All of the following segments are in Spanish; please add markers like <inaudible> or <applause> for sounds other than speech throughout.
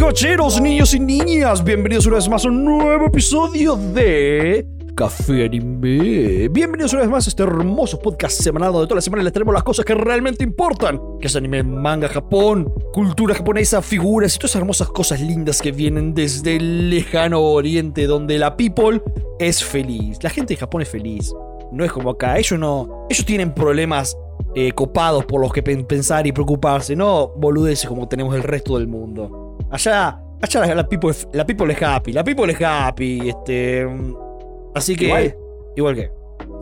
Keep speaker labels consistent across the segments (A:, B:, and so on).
A: nocheros, niños y niñas. Bienvenidos una vez más a un nuevo episodio de Café Anime. Bienvenidos una vez más a este hermoso podcast semanal donde toda la semana les traemos las cosas que realmente importan. Que es anime, manga, Japón, cultura japonesa, figuras y todas esas hermosas cosas lindas que vienen desde el lejano oriente donde la people es feliz. La gente de Japón es feliz. No es como acá. Ellos no... Ellos tienen problemas eh, copados por los que pen- pensar y preocuparse, no boludeces como tenemos el resto del mundo. Allá, allá la, la people, es- la people es happy, la people es happy, este... mm, Así que...
B: Igual.
A: Igual que...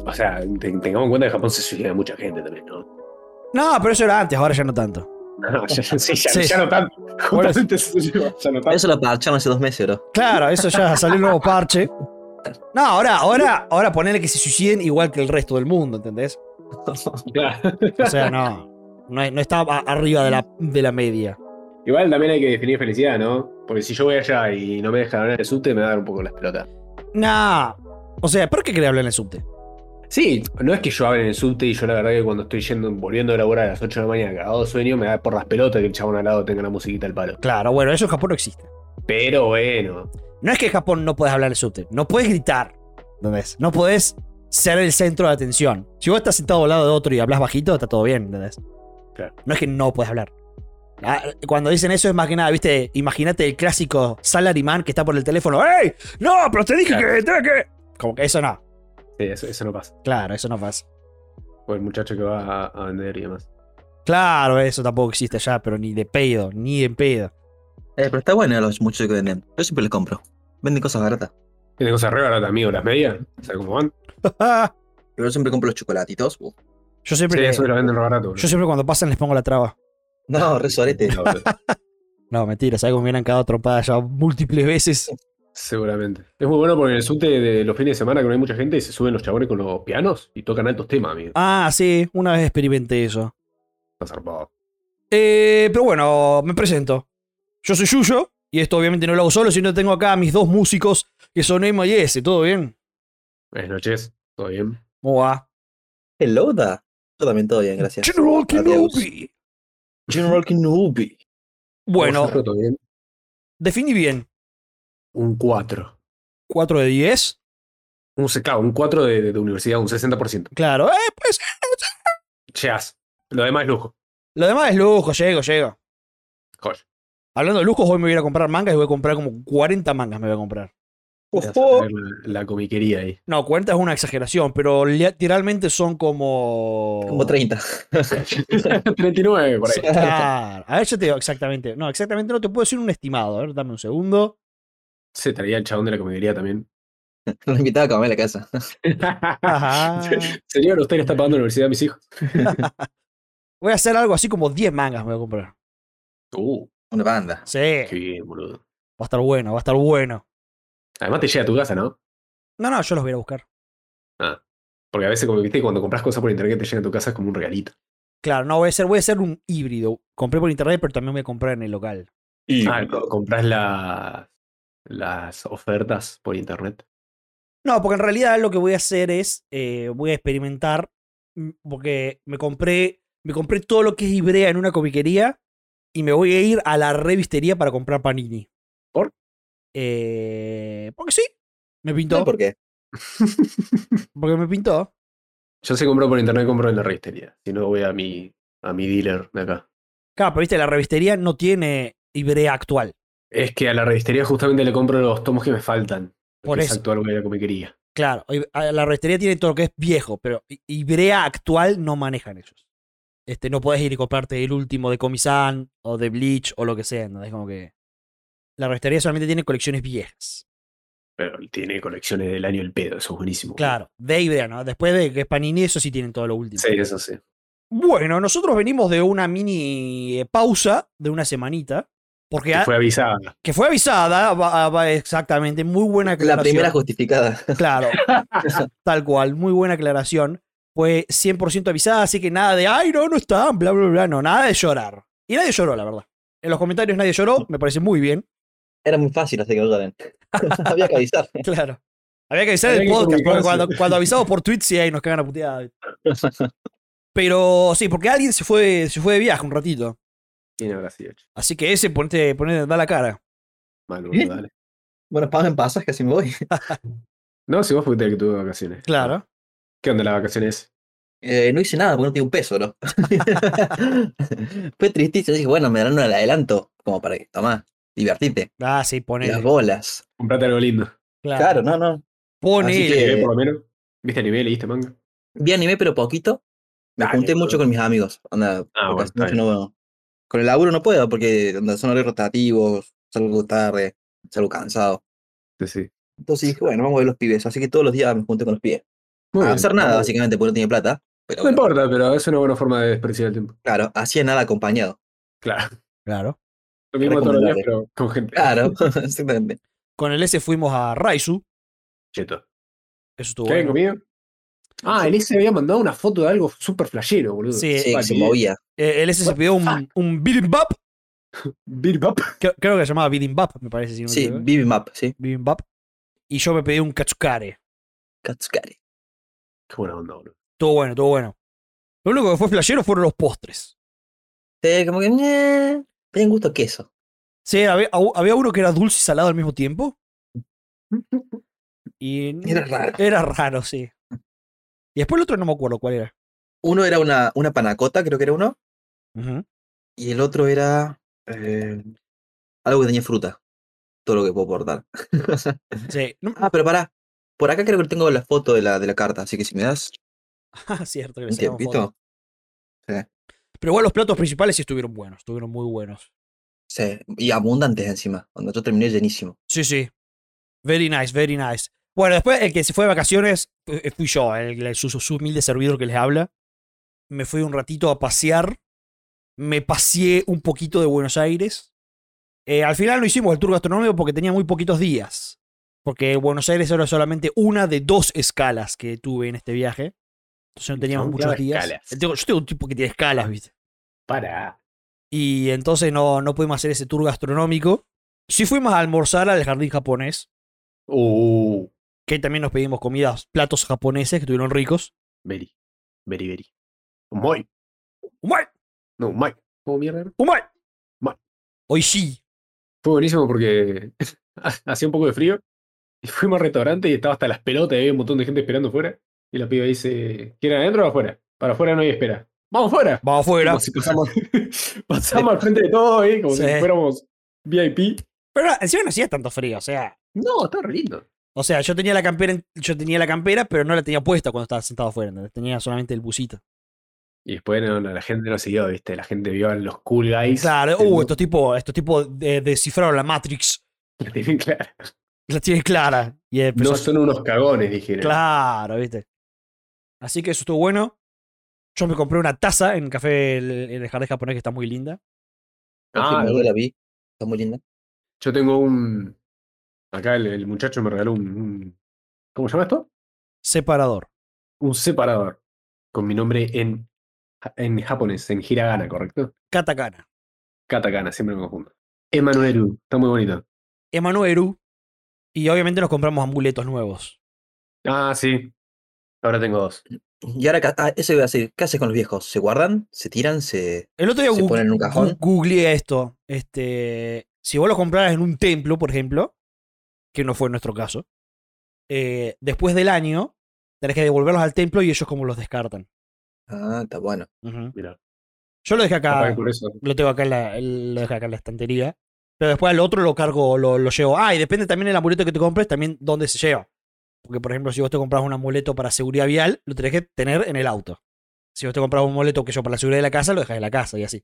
B: O sea, te- tengamos en cuenta que Japón se suicida mucha gente también, ¿no? <laughs>
A: No, pero eso era antes, ahora ya no tanto. <laughs>
B: sí, ya,
A: Sí.
B: ya no tanto.
A: Bueno,
B: <laughs> Justamente se suicidó, ya no tanto.
C: Eso lo parcharon hace dos meses, <laughs> bro.
A: Claro, eso ya <laughs> salió el nuevo parche. No, ahora, ahora, ahora ponerle que se suiciden igual que el resto del mundo, ¿entendés?
B: Claro. <laughs>
A: O sea, no. No, es- no está a- arriba de la, de la media.
B: Igual también hay que definir felicidad, ¿no? Porque si yo voy allá y no me dejan hablar en el subte, me va a dar un poco las pelotas.
A: Nah. O sea, ¿por qué quería hablar en el subte?
B: Sí, no es que yo hable en el subte y yo la verdad que cuando estoy yendo, volviendo a laburar a las 8 de la mañana cagado de sueño, me da por las pelotas que el chabón al lado tenga la musiquita al palo.
A: Claro, bueno, eso en Japón no existe.
B: Pero bueno.
A: No es que en Japón no puedes hablar en el subte, no puedes gritar. ¿Entendés? No puedes ser el centro de atención. Si vos estás sentado al lado de otro y hablas bajito, está todo bien, ¿entendés?
B: Claro.
A: No es que no puedes hablar. Ah, Cuando dicen eso es más que nada, ¿viste? Imagínate el clásico salaryman que está por el teléfono. ¡Ey! ¡No! ¡Pero te dije que tenés que! Como que eso no.
B: Sí, eso, eso no pasa.
A: Claro, eso no pasa.
B: O el muchacho que va a, a vender y demás.
A: Claro, eso tampoco existe allá, pero ni de pedo, ni en pedo. <laughs>
C: Eh, pero está bueno los muchachos que venden. Yo siempre les compro. Venden cosas baratas.
B: Tiene cosas re baratas, amigo, las medias. ¿Sabes cómo van?
C: Pero yo siempre compro los chocolatitos. uh.
A: yo
B: Sí,
A: siempre,
B: eso te lo venden re barato. boludo.
A: yo siempre cuando pasan les pongo la traba. <laughs>
C: <laughs> No, resorete.
B: No, boludo.
A: No, mentira, ¿sabes cómo me hubieran quedado trompada ya múltiples veces?
B: Seguramente. Es muy bueno porque en el subte de los fines de semana que no hay mucha gente se suben los chabones con los pianos y tocan altos temas, amigo.
A: Ah, sí, una vez experimenté eso.
B: Está zarpado.
A: Eh, pero bueno, me presento. Yo soy Yuyo, y esto obviamente no lo hago solo, sino tengo acá a mis dos músicos, que son Emma y S. ¿Todo bien?
B: Buenas noches, ¿todo bien?
A: ¿Cómo va?
C: Hello, da. Yo también todo bien, gracias.
A: General
C: Adiós.
A: Kenobi.
C: General Kenobi.
A: Bueno,
B: ¿Vosotros todo bien?
A: definí bien.
B: Un 4.
A: 4 de 10.
B: Un, se- claro, un 4 de, de- de universidad, un 60%.
A: Claro, eh, pues. eh.
B: Cheas. Lo demás es lujo.
A: Lo demás es lujo, llego, llego.
B: Joder.
A: Hablando de lujos, hoy me voy a ir a comprar mangas y voy a comprar como 40 mangas me voy a comprar.
B: Te vas a
C: Ojo.
B: ver La, la comiquería ahí.
A: No, 40 es una exageración, pero literalmente son como...
C: Como <laughs> 30.
B: 39 por ahí.
A: Claro. A ver, yo te digo exactamente. No, exactamente no te puedo decir un estimado. A ver, dame un segundo.
B: Se traía el chabón de la comiquería también. <laughs>
C: Los invitaba a comer a la casa.
B: <laughs>
A: Ajá.
B: Señor, usted le está pagando la universidad a mis hijos.
A: Voy a hacer algo así como 10 mangas me voy a comprar.
B: Uh,
C: Una banda.
A: Sí.
B: qué bien, boludo.
A: Va a estar bueno, va a estar bueno.
B: Además te llega a tu casa, ¿no?
A: No, no, yo los voy a ir a buscar.
B: Porque a veces, como viste, cuando compras cosas por internet que te llega a tu casa es como un regalito.
A: Claro, no voy a ser, voy a ser un híbrido. Compré por internet, pero también voy a comprar en el local.
B: Ah, co- compras la- las ofertas por internet.
A: No, porque en realidad lo que voy a hacer es, eh, voy a experimentar, mm, porque me compré, me compré todo lo que es Ibrea en una comiquería y me voy a ir a la revistería para comprar Panini.
B: ¿Por?
A: Eh, porque sí, me
C: No,
A: pintó,
C: ¿por qué?
A: porque me pintó.
B: Yo si compro por internet, compro en la revistería. Si no, voy a mi, a mi dealer de acá.
A: Claro, pero viste, la revistería no tiene Ibrea actual.
B: Es que a la revistería justamente le compro los tomos que me faltan.
A: Por
B: que
A: eso.
B: Es actual voy a la comiquería.
A: Claro, y- a- la revistería tiene todo lo que es viejo, pero I- Ibrea actual no manejan ellos. Este, no puedes ir y comprarte el último de Comisan o de Bleach o lo que sea, ¿no? Es como que. La revistería solamente tiene colecciones viejas.
B: Pero tiene colecciones del año el pedo, eso es buenísimo.
A: Claro, de Ibrea, ¿no? Después de que es Panini, eso sí tienen todo lo último.
B: Sí, eso sí.
A: Bueno, nosotros venimos de una mini eh, pausa de una semanita. Porque
B: Que
A: a- que fue,
B: fue avisada.
A: avisada, va- va- exactamente, muy buena
C: La
A: aclaración.
C: primera justificada. <laughs>
A: Claro, tal cual, muy buena aclaración. Fue 100% avisada, así que nada de, ay, no, no están, bla, bla, bla, no, nada de llorar. Y nadie lloró, la verdad. En los comentarios nadie lloró, me parece muy bien.
C: Era muy fácil, así que no lloren. <laughs> Había que avisar.
A: Claro. Había que avisar
B: Había
A: el
B: que
A: podcast, porque
B: comunicarse.
A: cuando, cuando avisamos por tweet, sí, ahí nos cagan a puteada. Pero sí, porque alguien se fue, se fue de viaje un ratito.
B: ¿Quién habrá sido?
A: Así que ese, ponete, ponete, da la cara.
B: Manu,
C: ¿Eh?
B: dale.
C: <laughs> Bueno, paguen pasaje, así me voy.
B: No, si vos fuiste el que tuvo vacaciones.
A: Claro.
B: ¿Qué onda las vacaciones?
C: Eh, no hice nada porque no <laughs> tenía un peso, bro. Fue tristísimo. Dije, bueno, me darán un adelanto. Como para que, tomá, divertite.
A: Ah, sí,
C: Las
A: ponele.
C: bolas.
B: Comprate algo lindo.
C: Claro, no, no.
A: Ponele.
C: Así que-
B: ¿Viste por lo menos? ¿Viste anime? ¿Leíste manga?
C: Vi anime, pero poquito. Me
B: Dale,
C: junté mucho
B: boludo.
C: con mis amigos.
B: Ah,
C: Onda, porque
B: bueno,
C: hace
B: está
C: mucho no- con el laburo no puedo porque onda, son horarios rotativos, salgo tarde, salgo cansado.
B: Sí, sí.
C: Entonces dije, bueno, vamos a ver los pibes. Así que todos los días me junté con los pibes.
B: Muy
C: a
B: bien,
C: hacer
B: muy
C: nada,
B: bien.
C: básicamente, porque no tenía plata. Pero
B: No
C: bueno,
B: importa, pero es una buena forma de desperdiciar el tiempo.
C: claro, hacía nada acompañado.
B: Claro.
A: Claro.
B: Lo mismo todos los días,
C: Recomendable.
B: pero con gente.
A: Ah,
C: Claro, <laughs> exactamente.
A: Con el S fuimos a Raizu.
B: Cheto.
A: Eso estuvo
B: ¿Qué habían
A: bueno.
B: comido? Ah, el ese había mandado una foto de algo súper flashero, boludo.
A: Sí,
C: Sí, que se
B: Vale.
C: movía.
A: Eh, el S se
B: What
A: pidió un, un bibimbap.
B: Birbap.
A: que- Creo que se llamaba bibimbap, me parece. Si no me
C: Sí,
A: equivoco.
C: Bibimap, sí.
A: bibimbap. Y yo me pedí un katsukare.
C: Katsukari.
B: Qué buena onda, <laughs> boludo.
A: Todo bueno, todo bueno. Lo único que fue flashero fueron los postres.
C: Sí, Eh, como que. "Nyeh". Tienen gusto a queso.
A: Sí, había, hab- había uno que era dulce y salado al mismo tiempo. Y
C: <laughs> Era raro.
A: era raro, sí. Y después el otro no me acuerdo cuál era.
C: Uno era una, una panacota, creo que era uno.
A: Ujú.
C: Y el otro era. eh, algo que tenía fruta. Todo lo que puedo portar.
A: Sí. No-
C: <laughs> ah, pero pará. Por acá creo que tengo la foto de la, de la carta, así que si me das
A: ah, <laughs> cierto, que le
C: un
A: sacamos foto.
C: tiempito.
A: Pero igual los platos principales sí estuvieron buenos, estuvieron muy buenos.
C: Sí, y abundantes encima. Cuando yo terminé llenísimo.
A: Sí, sí. Very nice, very nice. Bueno, después el que se fue de vacaciones eh, fui yo, el, el- su, su- su humilde servidor que les habla. Me fui un ratito a pasear. Me paseé un poquito de Buenos Aires. Eh, al final no hicimos el tour gastronómico porque tenía muy poquitos días. Porque Buenos Aires era solamente una de dos escalas que tuve en este viaje. Entonces no teníamos
B: Son
A: muchos
B: todas
A: días.
B: escalas.
A: Yo tengo- yo tengo un tipo que tiene escalas, ¿viste?
B: Para.
A: Y entonces no, no pudimos hacer ese tour gastronómico. Sí fuimos a almorzar al jardín japonés,
B: Uh,
A: que también nos pedimos comidas, platos japoneses que estuvieron ricos.
B: very. Very, very. Umai.
A: ¡Umai!
B: No, umai. ¿Cómo mierda? era?
A: ¡Umai!
B: Bueno.
A: Hoy sí.
B: Fue buenísimo porque <laughs> hacía un poco de frío. Y fuimos al restaurante y estaba hasta las pelotas y había un montón de gente esperando afuera. Y la piba dice, ¿quieren adentro o afuera? Para afuera no hay espera. ¡Vamos afuera!
A: Vamos afuera.
B: Como si <laughs> pasamos, pasamos al frente de todo, ¿eh? como
A: Sí.
B: si fuéramos VIP.
A: Pero encima no hacía tanto frío, o sea.
B: No, está re lindo.
A: O sea, yo tenía la campera, en- yo tenía la campera, pero no la tenía puesta cuando estaba sentado afuera, ¿entendés? tenía solamente el busito.
B: Y después no, no, la gente no siguió, ¿viste? La gente vio a los cool guys.
A: Claro,
B: El-
A: uh,
B: <laughs>
A: estos tipos, estos tipos de- descifraron la Matrix.
B: la tienen clara.
A: La tiene clara. Y empezó
B: No
A: a-
B: son unos cagones, dijeron.
A: Claro, viste. Así que eso estuvo bueno. Yo me compré una taza en café el- en el jardín japonés que está muy linda.
B: Ah,
C: Confirmado, la vi. Está muy linda.
B: Yo tengo un. Acá el, el muchacho me regaló un, un- ¿Cómo se llama esto?
A: Separador.
B: Un separador. Con mi nombre en, en japonés, en hiragana, ¿correcto?
A: Katakana.
B: Katakana, siempre me confundo. Emanuelu, está muy bonito.
A: Emanueru. Y obviamente nos compramos amuletos nuevos.
B: Ah, sí. Ahora tengo dos.
C: Y ahora, ca- ah, eso iba a decir, ¿qué haces con los viejos? ¿Se guardan? ¿Se tiran? ¿Se...?
A: El otro día
C: ¿Se
A: gu-
C: ponen en un cajón?
A: gu- googleé esto. Este, si vos los compraras en un templo, por ejemplo, que no fue nuestro caso, eh, después del año tenés que devolverlos al templo y ellos como los descartan.
C: Ah, está bueno.
A: Ujú.
B: Mira.
A: Yo lo dejé
B: capaz
A: acá.
B: que por eso.
A: lo tengo acá en la, el- lo dejé acá en la estantería. Pero después al otro lo cargo, lo, lo llevo. Ah, y depende también el amuleto que te compres, también dónde se lleva. Porque, por ejemplo, si vos te compras un amuleto para seguridad vial, lo tenés que tener en el auto. Si vos te compras un amuleto que yo para la seguridad de la casa, lo dejas en la casa y así.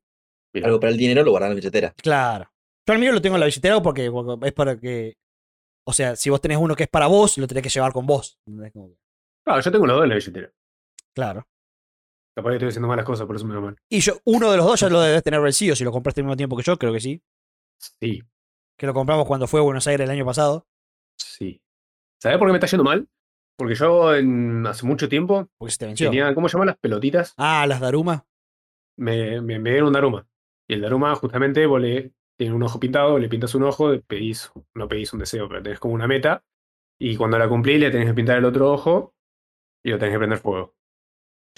B: mira.
C: Algo para el dinero lo guardan en la billetera.
A: Claro. Yo al mío lo tengo en la billetera porque porque es para que. O sea, si vos tenés uno que es para vos, lo tenés que llevar con vos. ¿Entendés? Como que-
B: Ah, yo tengo los dos en la billetera.
A: Claro.
B: Capaz que estoy haciendo malas cosas, por eso me va mal.
A: Y yo, uno de los dos ya lo debes tener vencido si lo compraste al mismo tiempo que yo, creo que sí.
B: Sí,
A: Que lo compramos cuando fue a Buenos Aires el año pasado.
B: sí. ¿Sabés por qué me está yendo mal? Porque yo en- hace mucho tiempo
A: Porque se te venció.
B: tenía, ¿cómo se llaman las pelotitas?
A: Ah, las Daruma.
B: Me, me, me dieron un daruma. Y el daruma, justamente, vos le tiene un ojo pintado, le pintas un ojo, pedís, no pedís un deseo, pero tenés como una meta. Y cuando la cumplís, le tenés que pintar el otro ojo y lo tenés que prender fuego.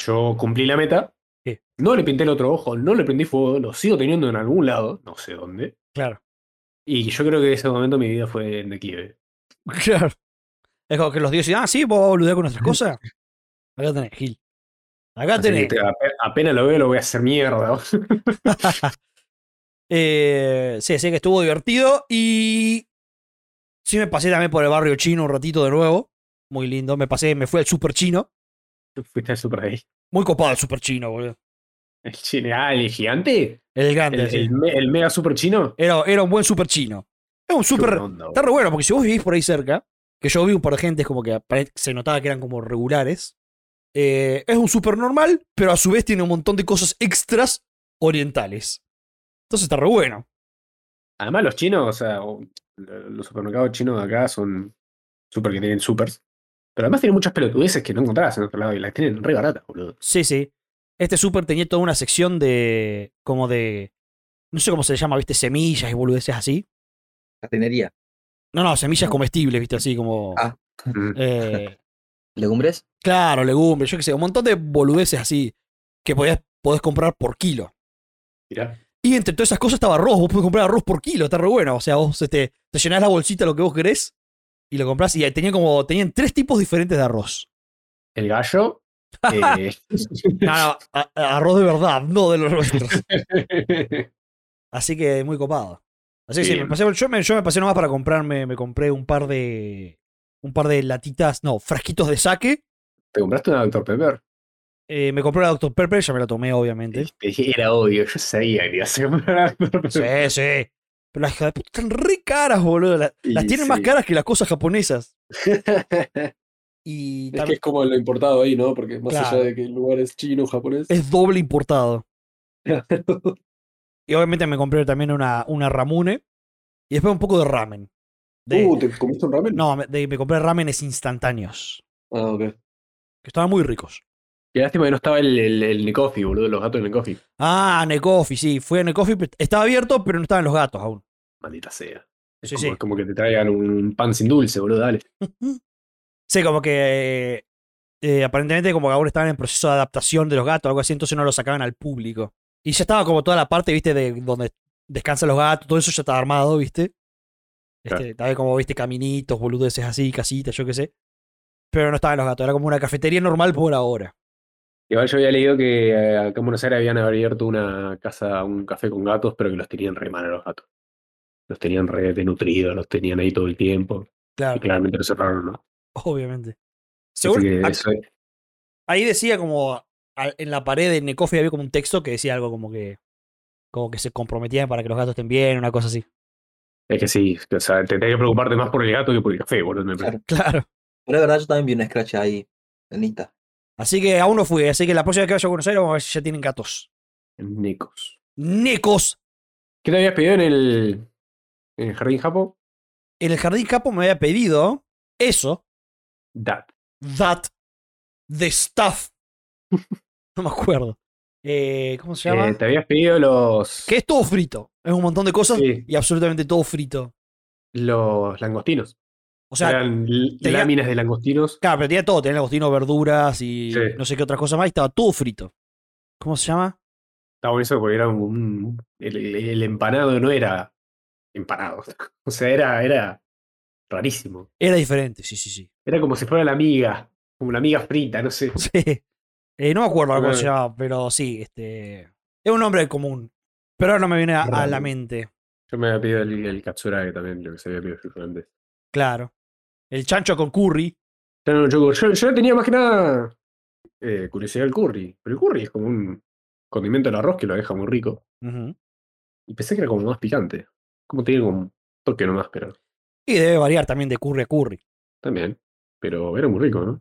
B: Yo cumplí la meta,
A: Sí.
B: no le pinté el otro ojo, no le prendí fuego, lo sigo teniendo en algún lado, no sé dónde.
A: Claro. <laughs>
B: Y yo creo que en ese momento mi vida fue en declive.
A: Claro. Es como que los dioses, ah, sí, vos vas a boludear con nuestras cosas.
B: <laughs>
A: Acá tenés, Gil. Acá
B: Así que
A: tenés.
B: te- ape- apenas lo veo, lo voy a hacer mierda.
A: Eh, sí, sí, que estuvo divertido. Y sí, me pasé también por el barrio chino un ratito de nuevo. Muy lindo. Me pasé, me fui al super chino.
B: Fuiste al super ahí.
A: Muy copado el super chino, boludo.
B: El chile, ah, el gigante.
A: El grande.
B: El,
A: sí.
B: el me- el mega super chino.
A: Era, era un buen super chino. Es un super.
B: Qué onda,
A: Está re bueno, porque si vos vivís por ahí cerca, que yo vi un par de gentes como que apare- se notaba que eran como regulares. eh, es un super normal, pero a su vez tiene un montón de cosas extras orientales. Entonces está re bueno.
B: Además, los chinos, o sea, o- lo- los supermercados chinos de acá son super que tienen supers. Pero además tienen muchas pelotudeces que no encontrás en otro lado y las tienen re baratas, boludo.
A: Sí, sí. Este super tenía toda una sección de. como de. No sé cómo se le llama, ¿viste? Semillas y boludeces así.
C: jardinería,
A: No, no, semillas comestibles, ¿viste? Así como.
C: Ah.
B: Mm.
A: eh,
C: legumbres.
A: claro, legumbres, yo qué sé. Un montón de boludeces así que podías, podés comprar por kilo.
B: Mirá.
A: Y entre todas esas cosas estaba arroz. Vos podés comprar arroz por kilo, está re bueno. O sea, vos este, te llenás la bolsita de lo que vos querés y lo comprás. Y ahí tenía como, tenían tres tipos diferentes de arroz.
B: El
D: <laughs>
B: gallo. eh, <laughs>
A: No, no, a- a- arroz de verdad, no de los nuestros. Así que muy copado. Así que sí,
B: Bien.
A: me pasé, yo, me, yo me pasé nomás para comprarme, me compré un par de. un par de latitas, no, frasquitos de saque.
B: ¿Te compraste una Dr. Pepper?
A: Eh, me compré la Dr. Pepper, ya me la tomé, obviamente.
B: Te dije, era obvio, yo sabía que ibas a comprar una Dr.
A: Sí,
B: Pepper.
A: sí. Pero las hijas de puta están re caras, boludo. Las,
B: Y
A: las tienen más
B: sí.
A: caras que las cosas japonesas. Y
D: Es
A: tam-
D: que es como lo importado ahí, ¿no? Porque más
A: Claro.
D: allá de que el lugar es chino o japonés.
A: es doble importado. Y obviamente me compré también una, una ramune. Y después un poco de ramen. De-
D: Uh, ¿te comiste un ramen?
A: no, me, de- me compré ramenes instantáneos.
D: Ah, ok.
A: Que estaban muy ricos.
B: Qué lástima que no estaba el, el, el Necofi, boludo, los gatos del Necofi.
A: Ah, Necofi, sí. Fui a Necofi. pero Estaba abierto, pero no estaban los gatos aún.
B: Maldita sea. Es
A: Sí,
B: como,
A: sí.
B: es como que te traigan un pan sin dulce, boludo, dale.
A: Sí, como que. eh, aparentemente, como que aún estaban en proceso de adaptación de los gatos, algo así, entonces no los sacaban al público. Y ya estaba como toda la parte, viste, de donde descansan los gatos, todo eso ya estaba armado, viste. Este,
B: Claro.
A: tal vez como, viste, caminitos, boludeces así, casitas, yo qué sé. Pero no estaban los gatos, era como una cafetería normal por ahora.
B: Igual yo había leído que eh, acá en Buenos Aires habían abierto una casa, un café con gatos, pero que los tenían re mal a los gatos. Los tenían re desnutridos, los tenían ahí todo el tiempo.
A: Claro,
B: Y claramente lo cerraron, ¿no?
A: obviamente.
B: Así
A: Según-
B: que
A: ac-
B: eso es-
A: ahí decía como a- en la pared de Necofi había como un texto que decía algo como que como que se comprometían para que los gatos estén bien, una cosa así. <laughs>
B: es que sí, o sea, te tenés que preocuparte más por el gato que por el café, boludo. me
C: Claro.
A: Claro.
C: Pero la verdad, yo también vi una scratch ahí, Anita.
A: Así que aún no fui, así que la próxima vez que vaya a Buenos Aires vamos a ver si ya tienen gatos.
B: parece. Necos.
A: Necos.
B: ¿Qué te habías pedido en el, en el Jardín Japo?
A: En el jardín capo me había pedido eso,
B: That.
A: that, the stuff. <laughs> No me acuerdo. Eh, ¿Cómo se llama?
B: Eh, te habías pedido los,
A: que es todo frito. Es un montón de cosas
B: Sí.
A: y absolutamente todo frito.
B: los langostinos.
A: O sea,
B: Eran l-
A: tenía-
B: láminas de langostinos.
A: Claro, pero tenía todo, tenía agostino, verduras y
B: Sí.
A: no sé qué otra cosa más, y estaba todo frito. ¿Cómo se llama?
B: Estaba bueno eso porque era un, un- el, el- el empanado no era empanado. <laughs> O sea, era, era rarísimo.
A: Era diferente, sí, sí, sí.
B: Era como si fuera la miga, como la miga frita, no sé.
A: <laughs> Sí. Eh, no me acuerdo cómo
B: Claro.
A: se llama, pero sí, este. Es un nombre común. Pero ahora no me viene a, a la
B: Raro.
A: mente.
B: Yo me había pedido el, el katsurage también, lo que se había pedido yo antes.
A: Claro. El chancho con curry.
B: No, no, yo, yo, yo tenía más que nada eh, curiosidad del curry. Pero el curry es como un condimento al arroz que lo deja muy rico.
A: Ujú.
B: Y pensé que era como más picante. Como tenía como un toque nomás, pero
A: Y debe variar también de curry a curry.
B: también. Pero era muy rico, ¿no?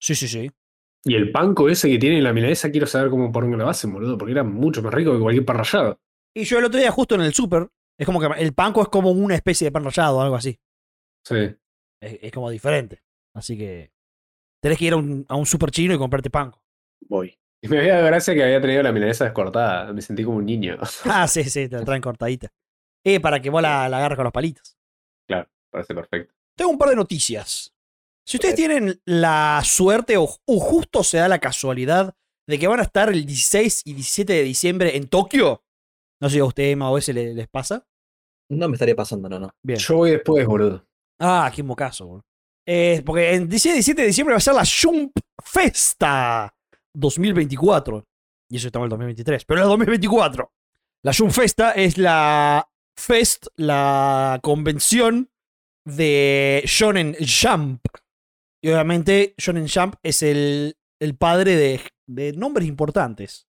A: Sí, sí, sí.
B: Y el panco ese que tiene la milanesa, quiero saber cómo ponerme la base, boludo, porque era mucho más rico que cualquier pan rallado.
A: Y yo el otro día, justo en el súper, es como que el panco es como una especie de pan rallado o algo así.
B: Sí.
A: Es, es como diferente. Así que. Tenés que ir a un, a un super chino y comprarte panco.
B: Voy. Y me había dado gracia que había traído la milanesa descortada. Me sentí como un niño.
A: <laughs>
B: <laughs>
A: Ah, sí, sí, te la traen cortadita. Eh, para que vos la, la agarres con los palitos.
B: Claro, parece perfecto.
A: Tengo un par de noticias. Si ustedes
C: A
A: tienen la suerte o, o justo se da la casualidad de que van a estar el 16 y 17 de diciembre en Tokio, no sé si a ustedes, Mao, ese le- les pasa.
C: No me estaría pasando, no, no.
A: Bien.
B: Yo voy después, boludo.
A: Ah, qué mocazo, boludo. Eh, porque el 17 17 de diciembre va a ser la Shump Festa 2024. Y eso estamos en el 2023, pero es el 2024. La Shump Festa es la Fest, la convención de Shonen Jump. Y obviamente Shonen Jump es el, el padre de, de nombres importantes.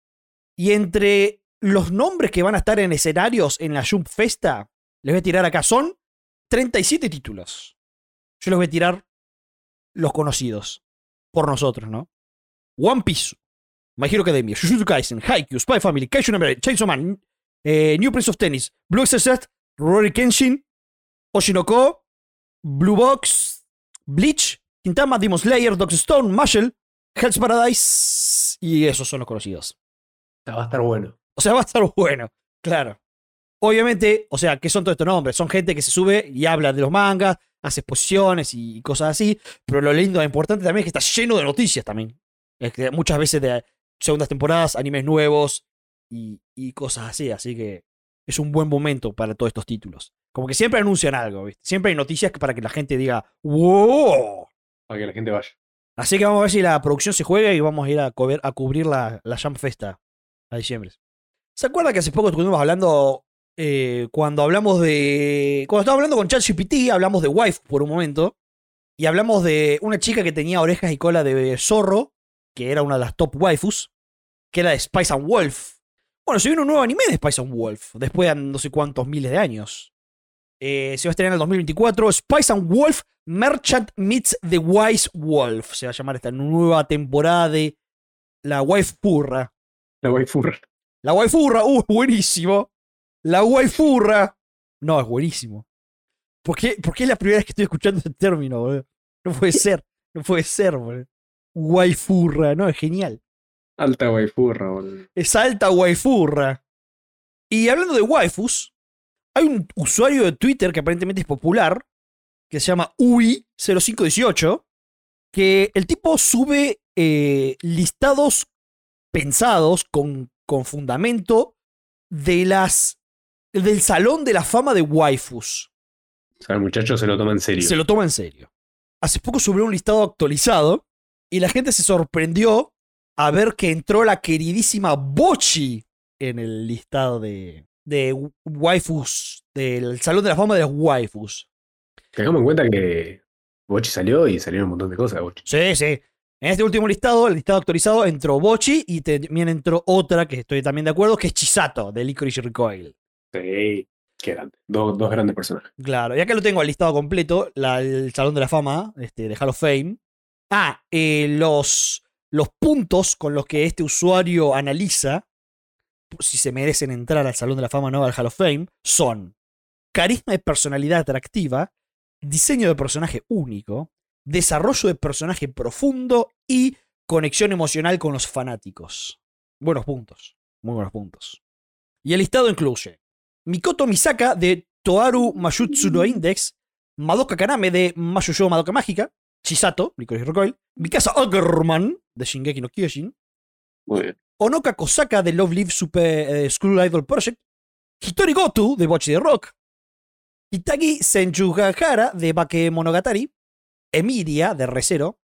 A: Y entre los nombres que van a estar en escenarios en la Jump Festa, les voy a tirar acá, son 37 títulos. Yo les voy a tirar los conocidos por nosotros, ¿no? One Piece, My Hero Academia, Jujutsu Kaisen, Haikyuu, Spy Family, Kaiju Number Chainsaw Man, eh, New Prince of Tennis, Blue Exorcist, Rory Kenshin, Oshinoko, Blue Box, Bleach, Quintama, Demon Slayer, Doctor Stone, Marshall, Hell's Paradise y esos son los conocidos.
B: Va a estar bueno.
A: O sea, <laughs> va a estar bueno, claro. Obviamente, o sea, ¿qué son todos estos nombres? Son gente que se sube y habla de los mangas, hace exposiciones y cosas así. Pero lo lindo e importante también es que está lleno de noticias también. Es que muchas veces de segundas temporadas, animes nuevos y, y cosas así. Así que es un buen momento para todos estos títulos. Como que siempre anuncian algo, ¿viste? Siempre hay noticias que- para que la gente diga, ¡Wow!
B: Para que la gente vaya.
A: Así que vamos a ver si la producción se juega y vamos a ir a, cober- a cubrir la, la Jam Festa a diciembre. ¿Se acuerda que hace poco estuvimos hablando, eh, cuando hablamos de... Cuando estábamos hablando con ChatGPT, hablamos de Wife por un momento, y hablamos de una chica que tenía orejas y cola de zorro, que era una de las top waifus, que era de Spice and Wolf. Bueno, se vino un nuevo anime de Spice and Wolf, después de no sé cuántos miles de años. Eh, se va a estrenar en el 2024. Spice and Wolf Merchant Meets the Wise Wolf. Se va a llamar esta nueva temporada de La Waifurra.
B: La waifurra.
A: La Waifurra, uh, es buenísimo. La Waifurra. No, es buenísimo. ¿Por qué, por qué es la primera vez que estoy escuchando este término, boludo? No puede ser, no puede ser, boludo. Waifurra, no, es genial.
B: <laughs> Alta waifurra, boludo.
A: Es alta waifurra. Y hablando de waifus, hay un usuario de Twitter que aparentemente es popular, que se llama UI0518, que el tipo sube eh, listados pensados con, con fundamento de las del salón de la fama de waifus.
B: O sea, el muchacho se lo toma en serio.
A: Se lo toma en serio. Hace poco subió un listado actualizado y la gente se sorprendió a ver que entró la queridísima Bochi en el listado de, de waifus, del Salón de la Fama de las Waifus.
B: Tengamos en cuenta que Bochi salió y salieron un montón de cosas, Bochi.
A: Sí, sí. En este último listado, el listado actualizado, entró Bochi y también entró otra que estoy también de acuerdo, que es Chisato, de Licorice Recoil.
B: Sí. Qué grande. Dos, dos grandes personajes.
A: Claro, y acá lo tengo al listado completo, la- el Salón de la Fama, este, de Hall of Fame. Ah, eh, los, los puntos con los que este usuario analiza si se merecen entrar al Salón de la Fama o no al Hall of Fame son carisma y personalidad atractiva, diseño de personaje único, desarrollo de personaje profundo y conexión emocional con los fanáticos. Buenos puntos, muy buenos puntos. Y el listado incluye Mikoto Misaka de Toaru Mashutsu no Index, Madoka Kaname de Mayuyo Madoka Mágica, Chisato, Nicolás Recoil, Mikasa Ackerman de Shingeki no Kyojin,
D: Muy bien.
A: Onoka Kosaka de Love Live Super eh, School Idol Project, Hitori Gotu de Bochi de Rock, Itagi Senjugahara de Bakemonogatari, Monogatari, Emiria de Recero,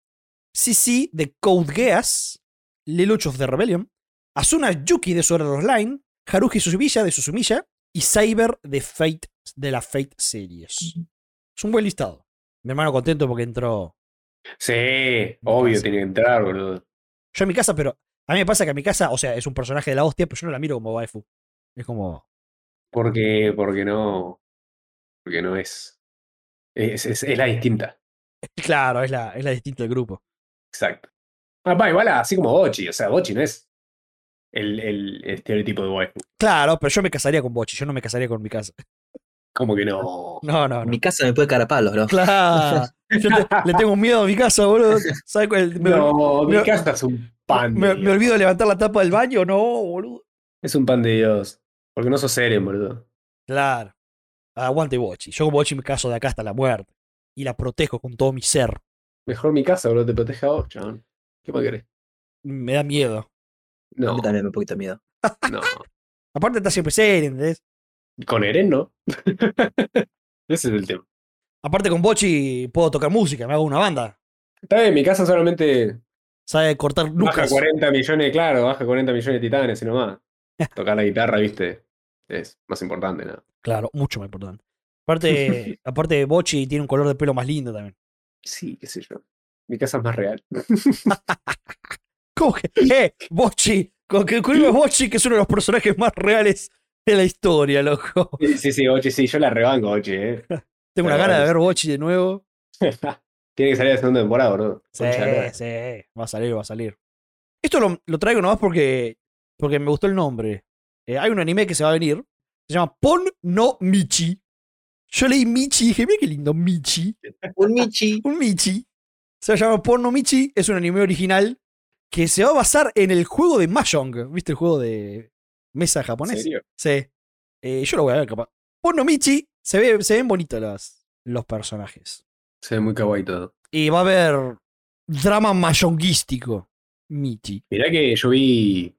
A: Sisi de Code Geass, Lelouch of the Rebellion, Asuna Yuki de Sword Art Online, Haruji Suzumiya de Suzumiya y Cyber de Fate de la Fate Series. Es un buen listado. Mi hermano contento porque entró
B: Sí, obvio,
A: pasa.
B: tiene que entrar, boludo.
A: Yo en mi casa, pero a mí me pasa que a mi casa, o sea, es un personaje de la hostia, pero yo no la miro como waifu. Es como.
B: Porque, porque no. Porque no es. Es, es- es la distinta.
A: <laughs> Claro, es la, es la distinta del grupo.
B: Exacto. Ah, va, igual así como Bochi. O sea, Bochi no es el, el estereotipo de waifu.
A: Claro, pero yo me casaría con Bochi, yo no me casaría con mi casa. <laughs>
B: Como
A: Ah,
B: que no.
A: No, no, no.
C: Mi casa me puede cagar a palos, bro.
A: <laughs> Claro. Yo te- le tengo miedo a mi casa, boludo. ¿Sabes cuál? Me,
B: No, mi
A: me-
B: casa es un pan. de
A: me-
B: Dios.
A: me olvido de levantar la tapa del baño, no, boludo.
B: Es un pan de Dios. Porque no sos Eren, boludo.
A: Claro. Aguante Bochi. Yo con Bochi me caso de acá hasta la muerte. Y la protejo con todo mi ser.
B: Mejor mi casa, boludo, te proteja a vos, chabón. ¿Qué más querés?
A: Me da miedo.
C: A
B: No,
C: mí también me da un poquito de miedo.
B: no.
A: Aparte está siempre serio, ¿entendés?
B: Con Eren, ¿no? <laughs> Ese es el tema.
A: Aparte con Bochi puedo tocar música, me hago una banda.
B: Está bien, mi casa solamente
A: Sabe cortar
B: baja
A: lucas.
B: 40 millones, claro, baja 40 millones de titanes y nomás. Tocar la guitarra, viste, es más importante, ¿no?
A: Claro, mucho más <laughs> importante. Aparte, aparte Bochi tiene un color de pelo más lindo también.
B: Sí, qué sé yo. Mi casa es más real.
A: ¿Cómo <laughs> que? ¡Eh! Bochi. Con que con <laughs> el Bochi, que es uno de los personajes más reales de la historia, loco. <laughs>
B: Sí, sí, sí, Ochi, sí, yo la rebanco, Ochi, ¿eh?
A: Tengo una
B: Pero
A: gana de
B: bueno.
A: ver Bochi de nuevo.
B: Tiene que salir la segunda temporada, bro.
A: Sí, sí. Va a salir, va a salir. Esto lo, lo traigo nomás porque, porque me gustó el nombre. Eh, hay un anime que se va a venir. Se llama Pon no Michi. Yo leí Michi y dije, mira qué lindo, Michi.
C: Un Michi.
A: un Michi. Se llama Porno Michi, es un anime original que se va a basar en el juego de Mahjong. ¿Viste el juego de mesa
B: ¿En
A: japonés?
B: serio?
A: Sí. Eh, yo lo voy a ver capaz. Porno Michi, se, ve, se ven bonitos los, los personajes.
B: Se ve muy kawaii todo.
A: Y va a haber drama mahjonguístico. Michi.
B: Mirá que yo vi.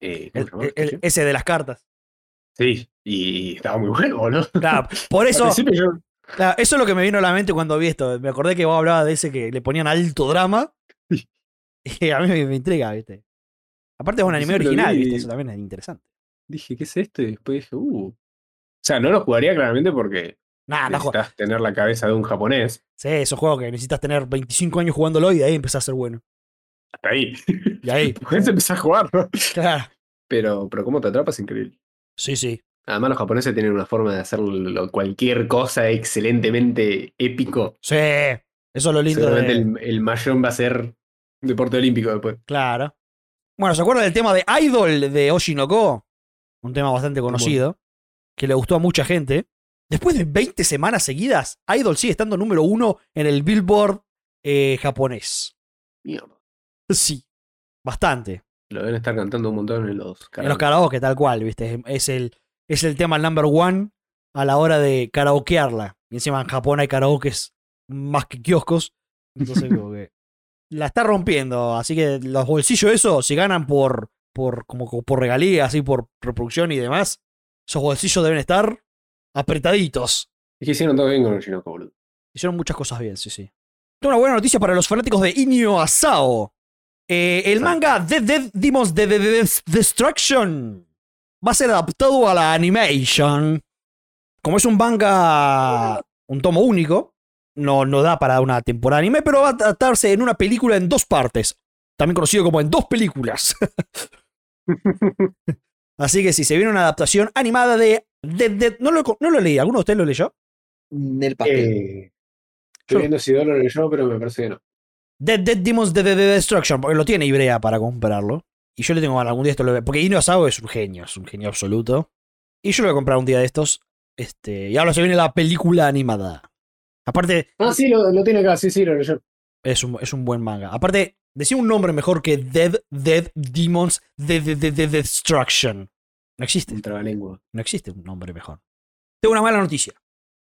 B: eh, ¿cómo
A: El-
B: se llamaba?
A: el- el- ese de las cartas.
B: Sí, y estaba muy bueno, boludo.
A: Claro, por
B: <laughs>
A: eso,
B: Al principio yo-
A: claro, eso es lo que me vino a la mente cuando vi esto. Me acordé que vos hablabas de ese que le ponían alto drama. <laughs> Y a mí me, me intriga, ¿viste? Aparte es un
B: Al
A: anime
B: principio lo
A: original,
B: vi
A: ¿viste?
B: y-
A: Eso también es interesante.
B: dije, ¿qué es esto? Y después dije, uh. O sea, no lo jugaría claramente porque
A: Nah, Ah, no jue-
B: necesitas tener la cabeza de un japonés.
A: Sí, esos juegos que necesitas tener 25 años jugándolo y de ahí empezás a ser bueno.
B: Hasta ahí.
A: Y
B: <laughs>
A: ahí,
B: Puedes empezar a jugar, ¿no?
A: claro.
B: Pero, pero cómo te atrapas, increíble.
A: Sí, sí.
B: Además, los japoneses tienen una forma de hacer lo- cualquier cosa excelentemente épico.
A: Sí. Eso es lo lindo de.
B: Seguramente el, el mayón va a ser deporte olímpico después.
A: Claro. Bueno, ¿se acuerdan del tema de Idol de Oshinoko? Un tema bastante conocido. Que le gustó a mucha gente. Después de 20 semanas seguidas, Idol sigue estando número uno en el Billboard eh, japonés.
B: Mierda.
A: Sí. Bastante.
B: Lo deben estar cantando un montón en
A: En
B: los
A: los
B: karaoke.
A: karaoke, tal cual, ¿viste? Es el, es el tema number one a la hora de karaokearla. Y encima en Japón hay karaokes más que kioscos. Entonces, como que. La está rompiendo. Así que los bolsillos, eso, si ganan por. por como co- por regalías, así por reproducción y demás, esos bolsillos deben estar apretaditos.
B: Es que hicieron todo bien con el Shinoko, boludo.
A: Hicieron muchas cosas bien, sí, sí. Tengo una buena noticia para los fanáticos de Inyo Asao. Eh, el manga Dead Dead Demons de de- de- de- Destruction va a ser adaptado a la animation. Como es un manga, un tomo único, no, no da para una temporada anime, pero va a tratarse en una película en dos partes. También conocido como en dos películas. Así que si se viene una adaptación animada de Dead Dead. No lo, no lo leí, ¿alguno de ustedes lo leyó?
C: En el papel.
B: Eh,
A: Yo-
B: estoy viendo si Dolo lo leyó, pero me parece que no.
A: Dead, Dead Demons de, de- de Destruction, porque lo tiene Ibrea para comprarlo. Y yo le tengo ganas, algún día esto lo voy a- Porque Ino Asao es un genio, es un genio absoluto. Y yo lo voy a comprar un día de estos. Este, y ahora se viene la película animada. Aparte,
B: Ah, sí, lo, lo tiene acá, sí, sí, lo leyó.
A: es un, es un buen manga. Aparte, decía un nombre mejor que Dead, Dead Demons de, de- de- de Destruction. No existe,
B: Un trabalengua.
A: no existe un nombre mejor. Tengo una mala noticia.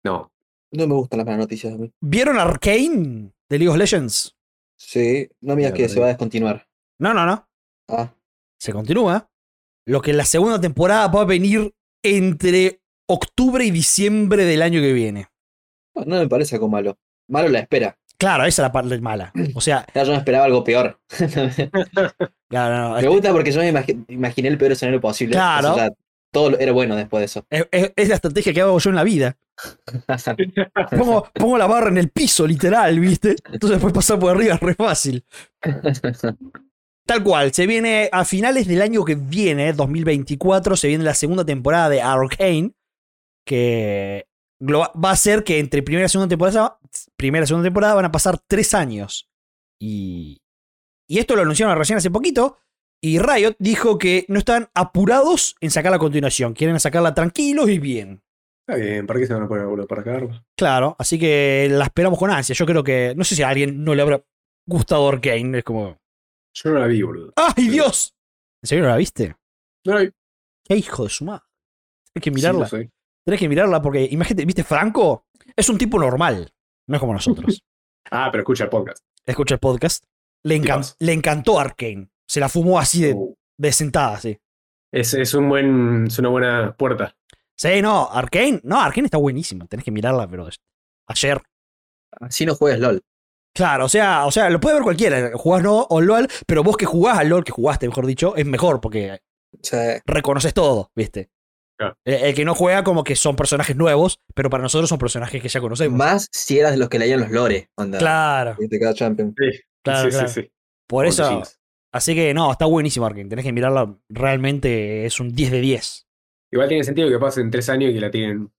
B: No.
C: No me gustan las malas noticias. a mí.
A: ¿Vieron Arcane de League of Legends?
C: Sí, no me digas
B: Ya,
C: que
B: lo
C: se
B: digo.
C: va a descontinuar.
A: No, no, no.
C: Ah,
A: se continúa. Lo que la segunda temporada va a venir entre octubre y diciembre del año que viene.
C: no no me parece algo malo. Malo la espera.
A: Claro, esa es la parte mala. O sea,
C: Ya, yo no esperaba algo peor. <laughs>
A: claro, no, no,
C: me
A: es,
C: gusta porque yo me imagi- imaginé el peor escenario posible.
A: Claro.
C: O sea, todo lo- era bueno después
A: <laughs>
C: de eso.
A: es- es- es la estrategia que hago yo en la vida. Pongo, pongo la barra en el piso, literal, ¿viste? Entonces después pasar por arriba es re fácil. Tal cual, se viene a finales del año que viene, 2024, se viene la segunda temporada de Arcane, que lo va va a ser que entre primera y segunda temporada, primera y segunda temporada van a pasar tres años. Y, y esto lo anunciaron recién hace poquito, y Riot dijo que no están apurados en sacar la continuación, quieren sacarla tranquilos y bien.
B: Está bien, ¿para qué se van a poner, boludo? Para cagarlo.
A: Claro, así que la esperamos con ansia. Yo creo que. No sé si a alguien no le habrá gustado Arkane. Es como.
B: Yo no la vi, boludo.
A: ¡Ay, Dios! ¿En serio no la viste?
B: No la vi.
A: ¡Qué hijo de su madre! Tenés que
B: Sí,
A: mirarla.
B: lo soy.
A: Tenés que mirarla porque, imagínate, ¿viste Franco? Es un tipo normal. No es como
B: <laughs>
A: nosotros.
B: Ah, pero escucha el podcast.
A: Escucha el podcast. Le, encan-
B: Tipazo.
A: le encantó Arkane. Se la fumó así de,
B: Uh,
A: de sentada, así.
B: Es, es, un buen, es una buena puerta.
A: Sí, no, Arkane. No, Arkane está buenísima. Tenés que mirarla, pero es- ayer.
C: Así no juegas LOL.
A: Claro, o sea, o sea, lo puede ver cualquiera. Jugás no o LOL, pero vos que jugás al LOL, que jugaste, mejor dicho, es mejor porque
C: O sea,
A: reconoces todo, ¿viste?
B: Claro.
A: El, el que no juega como que son personajes nuevos, pero para nosotros son personajes que ya conocemos.
C: más si eras de los que leían los lores. Onda.
A: Claro,
C: Y te queda champion.
A: claro,
B: sí,
A: claro.
B: sí, sí.
A: Por eso,
B: Con jeans.
A: así que no, está buenísimo Arkane. Tenés que mirarla, realmente es un 10 de <laughs> 10.
B: Igual tiene sentido que pasen tres años y que la tienen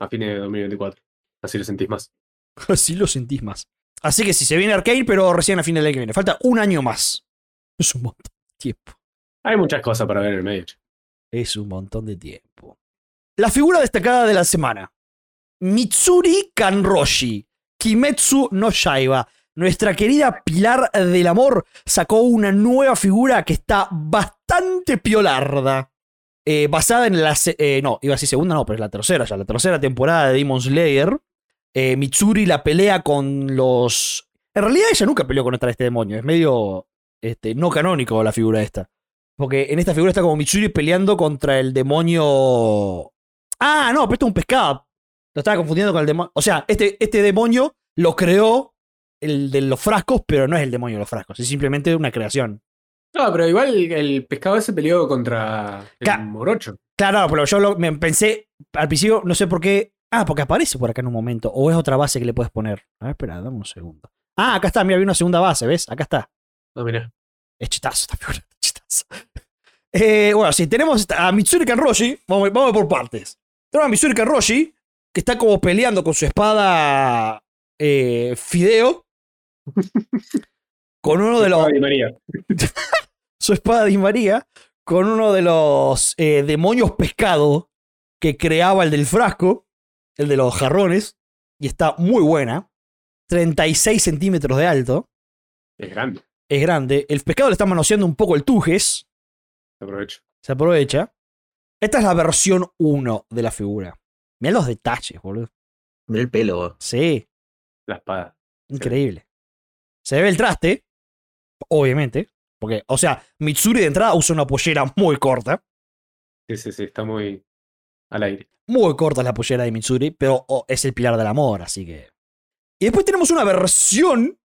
B: a fines de 2024. Así lo sentís más.
A: Así lo sentís más. Así que si se viene Arkane, pero recién a fin del año que viene. Falta un año más. Es un montón de tiempo.
B: Hay muchas cosas para ver en el medio. che.
A: Es un montón de tiempo. La figura destacada de la semana. Mitsuri Kanroshi. Kimetsu no Shaiba. Nuestra querida Pilar del Amor sacó una nueva figura que está bastante piolarda. Eh, basada en la... se- eh, no, iba a decir segunda, no, pero es la tercera ya. La tercera temporada de Demon Slayer. Eh, Mitsuri la pelea con los... En realidad ella nunca peleó contra este demonio. Es medio este, no canónico la figura esta. Porque en esta figura está como Mitsuri peleando contra el demonio. Ah, no, pero esto es un pescado. Lo estaba confundiendo con el demonio. O sea, este, este demonio lo creó el de los frascos, pero no es el demonio de los frascos. Es simplemente una creación.
B: No, pero igual el, el pescado ese peleó contra el
A: Ca-
B: morocho.
A: Claro, pero yo lo- me pensé al principio, no sé por qué. Ah, porque aparece por acá en un momento. O es otra base que le puedes poner. A ver, espera, dame un segundo. Ah, acá está, mira, había una segunda base, ¿ves? Acá está.
B: No, Ah, mirá.
A: Es chistazo esta figura, es <laughs> chistazo. Eh, bueno, si tenemos a Mitsuri Kanroshi, vamos, vamos por partes. Tenemos a Mitsuri Kanroshi, que está como peleando con su espada eh, Fideo. con uno de los.
B: Ay, María.
A: Su espada Di María. Con uno de los eh, demonios pescado que creaba el del frasco, el de los jarrones. Y está muy buena. 36 centímetros de alto.
B: Es grande.
A: Es grande. El pescado le está manoseando un poco el tujes.
B: Te aprovecho.
A: Se aprovecha. Esta es la versión 1 de la figura. Mirá los detalles, boludo.
C: Mira el pelo, vos.
A: Sí,
B: La espada.
A: increíble. Se ve el traste, obviamente. Porque, o sea, Mitsuri de entrada usa una pollera muy corta.
B: Sí, sí, sí. Está muy al aire.
A: Muy corta es la pollera de Mitsuri, pero oh, es el pilar del amor, así que. Y después tenemos una versión,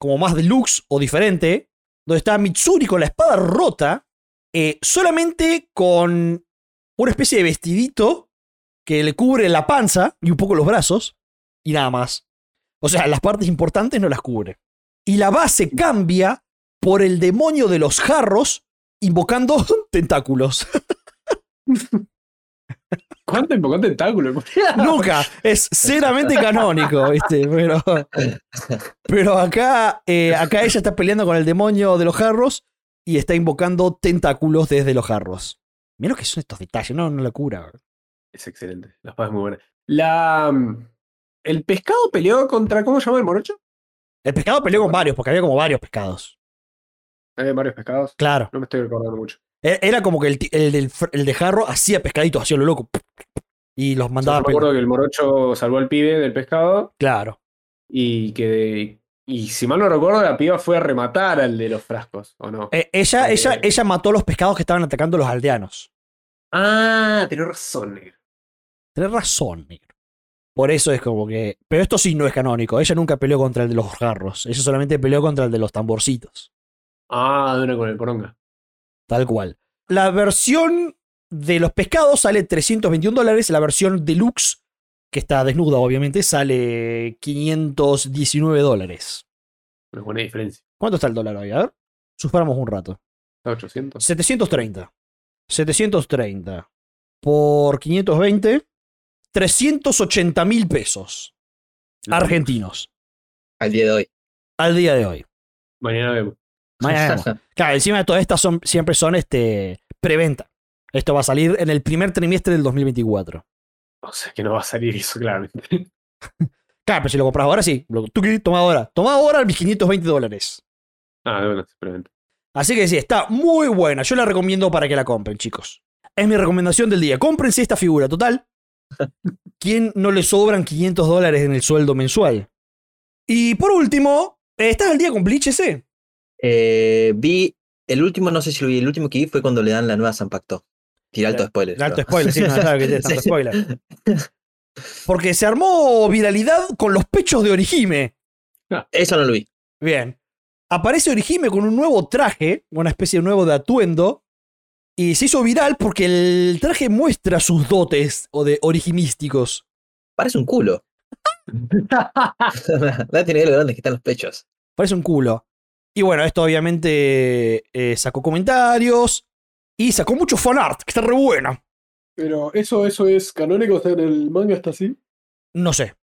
A: como más deluxe o diferente, donde está Mitsuri con la espada rota, eh, solamente con una especie de vestidito que le cubre la panza y un poco los brazos, y nada más. O sea, las partes importantes no las cubre. Y la base cambia por el demonio de los jarros invocando <laughs> tentáculos.
B: ¿Cuánto invocó tentáculo?
A: <laughs> Nunca. Es seriamente canónico, ¿viste? Pero, pero acá, eh, acá ella está peleando con el demonio de los jarros y está invocando tentáculos desde los jarros. Mira lo que son estos detalles, no, no la cura.
B: Es excelente. La espada es muy buena. La. mm, El pescado peleó contra. ¿Cómo se llama el morocho?
A: El pescado peleó con varios, porque había como varios pescados.
B: Hay Eh, varios pescados.
A: Claro.
B: No me estoy acordando mucho.
A: E- Era como que el, ti- el, del fr- el de jarro hacía pescaditos, hacía lo loco. Y los
B: Yo
A: mandaba a
B: me acuerdo que el morocho salvó al pibe del pescado
A: Claro.
B: y que. Y si mal no recuerdo, la piba fue a rematar al de los frascos, ¿o no?
A: E- ella, ella, ella mató a los pescados que estaban atacando a los aldeanos.
B: Ah, tenés razón, negro.
A: Tenés razón, negro. Por eso es como que. Pero esto sí no es canónico. Ella nunca peleó contra el de los jarros. Ella solamente peleó contra el de los tamborcitos.
B: Ah, de una con el poronga.
A: Tal cual. La versión de los pescados sale 321 dólares. La versión deluxe, que está desnuda, obviamente, sale 519 dólares.
B: Una buena diferencia.
A: ¿Cuánto está el dólar hoy? A ver. Suspiramos un rato.
B: ¿Está 800?
A: 730. 730. Por 520. 380 mil pesos argentinos.
C: Al día de hoy.
A: al día de hoy.
B: Mañana vemos.
C: <laughs>
A: Mañana vemos. Claro, encima de todas estas son, siempre son este, preventa. Esto va a salir en el primer trimestre del 2024.
B: O sea que no va a salir eso claramente. <laughs>
A: Claro, pero si lo compras ahora, sí. Lo- tuqui, toma ahora. Toma ahora mis 520 dólares.
B: Ah, de una, <laughs> simplemente.
A: Así que sí, está muy buena. Yo la recomiendo para que la compren, chicos. Es mi recomendación del día. Cómprense esta figura, total. ¿Quién no le sobran 500 dólares en el sueldo mensual? Y por último, ¿estás al día con Bleach ese?
C: Eh, vi. El último, no sé si lo vi. El último que vi fue cuando le dan la nueva San Pacto. Tira alto spoiler.
A: Alto spoiler, sí, <laughs> no, claro que
C: <laughs>
A: tiene tanto spoiler. Porque se armó viralidad con los pechos de Orihime.
C: Eso no lo vi.
A: Bien. Aparece Orihime con un nuevo traje, una especie de nuevo de atuendo, y se hizo viral porque el traje muestra sus dotes o de origimísticos.
C: Parece un culo. <laughs> no tiene idea de lo grandes que están los pechos.
A: Parece un culo. Y bueno, esto obviamente eh, sacó comentarios y sacó mucho fanart, que está re bueno.
D: Pero eso, eso es canónico, o sea, en el manga está así.
A: No sé,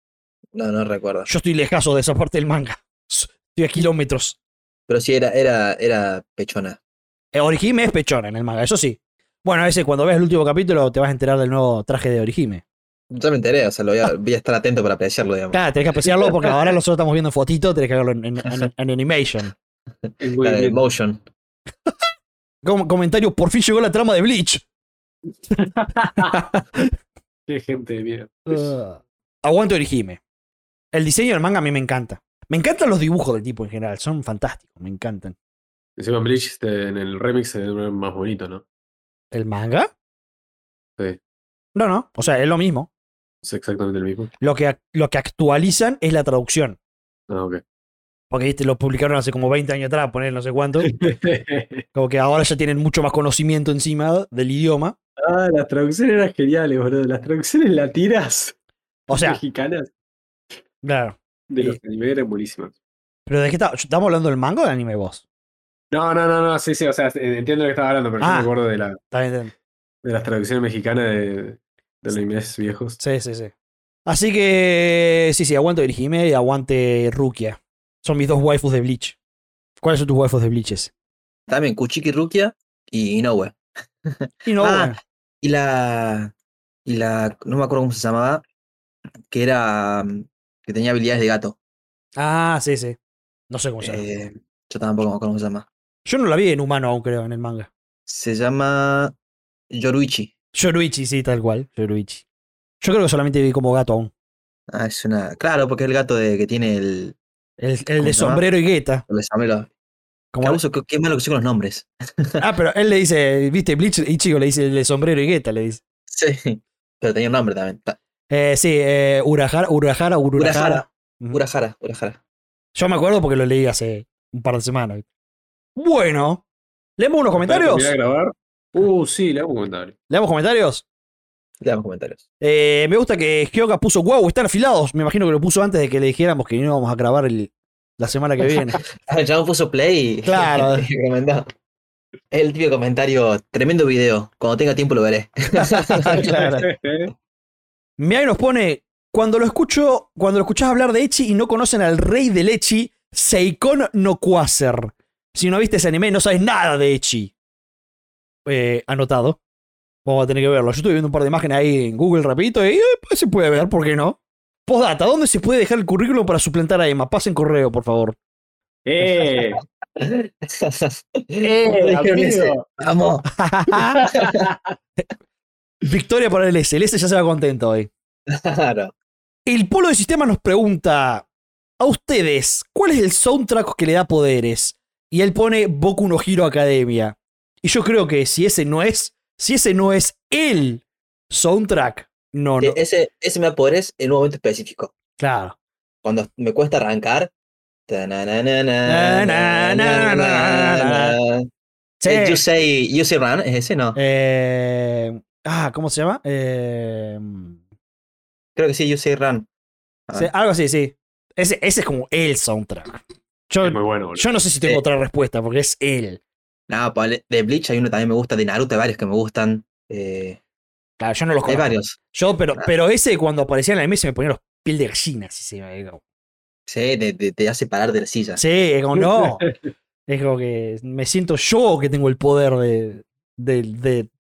C: No, no recuerdo.
A: Yo estoy lejazo de esa parte del manga. Estoy a kilómetros.
C: Pero sí, era, era, era pechona.
A: Eh, Orihime es pechona en el manga, eso sí. Bueno, ese cuando ves el último capítulo te vas a enterar del nuevo traje de Orihime.
C: Yo me enteré, o sea, lo voy a, voy a estar atento para apreciarlo, digamos.
A: Claro, tenés que apreciarlo porque ahora nosotros estamos viendo en fotito, tenés que verlo en, en- en- en animation.
B: Es muy
C: La de
B: bien.
C: motion.
A: Com- comentario, por fin llegó la trama de Bleach.
B: Qué gente de mierda.
A: Aguanto Aguante Orihime. El diseño del manga a mí me encanta. Me encantan los dibujos del tipo en general, son fantásticos, me encantan.
B: Encima Bleach este, en el remix se ve más bonito, ¿no?
A: ¿El manga?
B: Sí.
A: No, no, o sea, es lo mismo.
B: Es exactamente el mismo.
A: Lo que, ac- lo que actualizan es la traducción.
B: Ah, ok.
A: Porque viste, lo publicaron hace como 20 años atrás, poner no sé cuánto. Como que ahora ya tienen mucho más conocimiento encima del idioma.
B: <laughs> ah, las traducciones eran geniales, boludo. Las traducciones latinas
A: O sea, eh,
B: mexicanas
A: claro.
B: de
A: y-
B: los animes eran buenísimas.
A: Pero de qué está- estamos hablando del manga o del anime vos.
B: No, no, no, no, sí, sí, o sea, eh, entiendo lo que estaba hablando, pero yo
A: Ah.
B: me acuerdo de, la,
A: Está bien, está bien.
B: de las traducciones mexicanas de, de los animes viejos.
A: Sí, sí, sí. Así que sí, sí, aguante Orihime y aguante Rukia. Son mis dos waifus de Bleach. ¿Cuáles son tus waifus de Bleaches?
C: También Kuchiki Rukia y Inoue.
A: Y no,
C: Ah,
A: bueno,
C: Y la. Y la. No me acuerdo cómo se llamaba. Que era. mm, Que tenía habilidades de gato.
A: ah, sí, sí. No sé cómo se llama.
C: Eh, yo tampoco me acuerdo cómo se llama.
A: Yo no la vi en humano aún, creo, en el manga.
C: Se llama. Yoruichi.
A: Yoruichi, sí, tal cual. Yoruichi. Yo creo que solamente vi como gato aún.
C: Ah, es una. Claro, porque es el gato de, que tiene el.
A: El, el
C: ¿Cómo
A: de
C: se llama?
A: sombrero y gueta.
C: el sombrero.
A: Como
C: Caruso, qué, qué malo que soy con los nombres. <laughs>
A: Ah, pero él le dice, viste, Bleach, Ichigo le dice el de sombrero y gueta, le dice.
C: Sí. Pero tenía un nombre también. Ta-
A: Eh, sí, eh, Urahara, Urahara, Urahara.
C: Urahara.
A: Ujú.
C: Urahara, Urahara.
A: Yo me acuerdo porque lo leí hace un par de semanas. Bueno, ¿leemos unos comentarios?
B: ¿Terminé de grabar? Uh, sí, le hago un comentario.
A: <laughs> ¿Leemos comentarios?
C: Le damos comentarios. <laughs>
A: Eh, me gusta que Gioga puso, wow, están afilados. Me imagino que lo puso antes de que le dijéramos que no íbamos a grabar el- la semana que viene. <laughs>
C: Ah, ya me puso play. y-
A: Claro.
C: <laughs> y recomendó. El típico comentario. Tremendo video. Cuando tenga tiempo
A: <laughs>
C: lo veré.
A: claro. Miai nos pone, cuando lo escucho, cuando lo escuchás hablar de Echi y no conocen al rey del Echi, Seikon no Quasar. Si no viste ese anime, no sabes nada de Echi. Eh, anotado. Vamos a tener que verlo. Yo estuve viendo un par de imágenes ahí en Google rapidito y eh, pues, se puede ver, ¿por qué no? Postdata, ¿dónde se puede dejar el currículum para suplantar a Emma? Pasen correo, por favor.
B: <laughs>
A: <laughs>
B: ¡Eh!
A: Eh,
C: <laughs> Dijeron ese.
B: amigo.
C: Vamos.
A: Victoria para el S. El S ya se va contento hoy.
C: <laughs> Claro.
A: El Polo de Sistemas nos pregunta a ustedes, ¿cuál es el soundtrack que le da poderes? Y él pone Boku no Hero Academia. Y yo creo que si ese no es, si ese no es el soundtrack, no, no.
C: E- Ese, ese me da poderes en un momento específico.
A: Claro.
C: Cuando me cuesta arrancar. tananana,
A: Na, na, na, na,
C: na.
A: Sí.
C: Eh, You say, you say run, ¿es ese no?
A: Eh, ah, ¿cómo se llama? Eh,
C: Creo que sí, you say run. Ah.
A: se- algo así, sí. Ese, ese es como el soundtrack. Yo,
B: Es muy bueno, boludo.
A: yo no sé si tengo
C: Eh.
A: otra respuesta, porque es él.
C: No, pa- de Bleach hay uno también me gusta, de Naruto hay varios que me gustan. eh,
A: Claro, yo no los
C: hay
A: conozco.
C: varios. Ah.
A: Yo, pero,
C: Claro.
A: pero ese cuando aparecía en la mesa me ponía los piel de gallina, así se me
C: Sí, te, te- te hace parar de la silla.
A: Sí, es como no. Es como que me siento yo que tengo el poder de, del- de-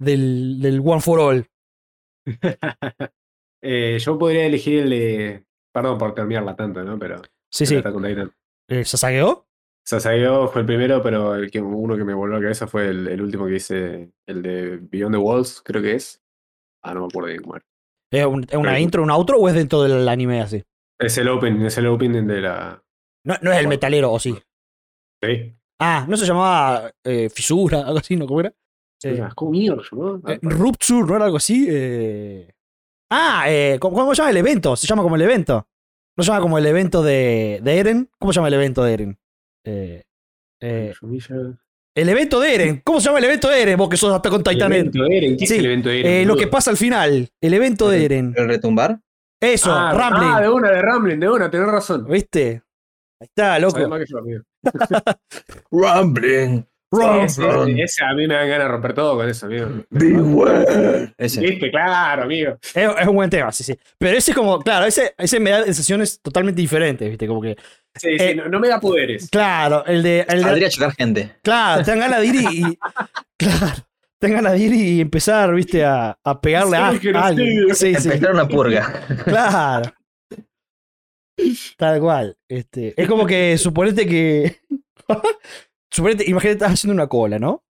A: del, del One for All.
B: <laughs> Eh, yo podría elegir el de. Perdón por terminarla tanto, ¿no? Pero.
A: Sí,
B: el
A: sí.
B: Attack on Titan. O
A: Eh, ¿Sasageó?
B: sea, Saigao fue el primero, pero el que, uno que me volvió a la cabeza fue el, el último que hice, el de Beyond the Walls, creo que es. Ah, no me acuerdo bien cómo era.
A: ¿Es, un- es una
B: Pero-
A: intro, un outro o es dentro del anime así?
B: Es el opening, es el opening de la.
A: No, no es el
B: Bueno.
A: metalero, o sí.
B: Sí.
A: <laughs> Ah, no se llamaba eh, Fisura, algo así, ¿no? ¿Cómo era? Eh,
B: Suya, ¿Cómo mierda lo llamaba?
A: eh, Rupture, ¿no era algo así? Eh, Ah, eh, ¿cómo, cómo se llama el evento? Se llama como el evento. ¿No se llama como el evento de, de Eren? ¿Cómo se llama el evento de Eren? Eh, eh,
B: Shumilla.
A: el evento de Eren. ¿Cómo se llama el evento de Eren? Vos que sos hasta con
B: El
A: Titanet.
B: evento de Eren. ¿Qué
A: Sí,
B: es el evento de Eren?
A: Eh, lo
B: boludo?
A: que pasa al final. El evento de Eren.
C: ¿El retumbar?
A: Eso,
B: Ah,
A: Rambling.
B: Ah, de una, de Ramblin, de una, tenés razón.
A: ¿Viste? Ahí está, loco.
B: Sabés más que yo, amigo.
C: Rumbling.
B: Ese- ese- ese a mí me dan ganas de romper todo con eso, amigo.
C: Beware. Ese.
B: Viste, claro, amigo.
A: Es, es un buen tema, sí, sí. Pero ese es como, claro, ese, ese me da sensaciones totalmente diferentes, ¿viste? Como que,
B: Sí, sí,
A: Eh,
B: no, no me da poderes.
A: claro, el de. El de-
C: Podría chocar gente.
A: claro, te dan ganas de ir y. y- claro, te dan ganas de ir y empezar, ¿viste? A, a pegarle a,
B: Sí, que no
A: a alguien. Sí, sí,
C: Empezar una purga.
A: claro. Tal cual. Este, es como que suponete que. <laughs> suponete, imagínate, estás haciendo una cola, ¿no?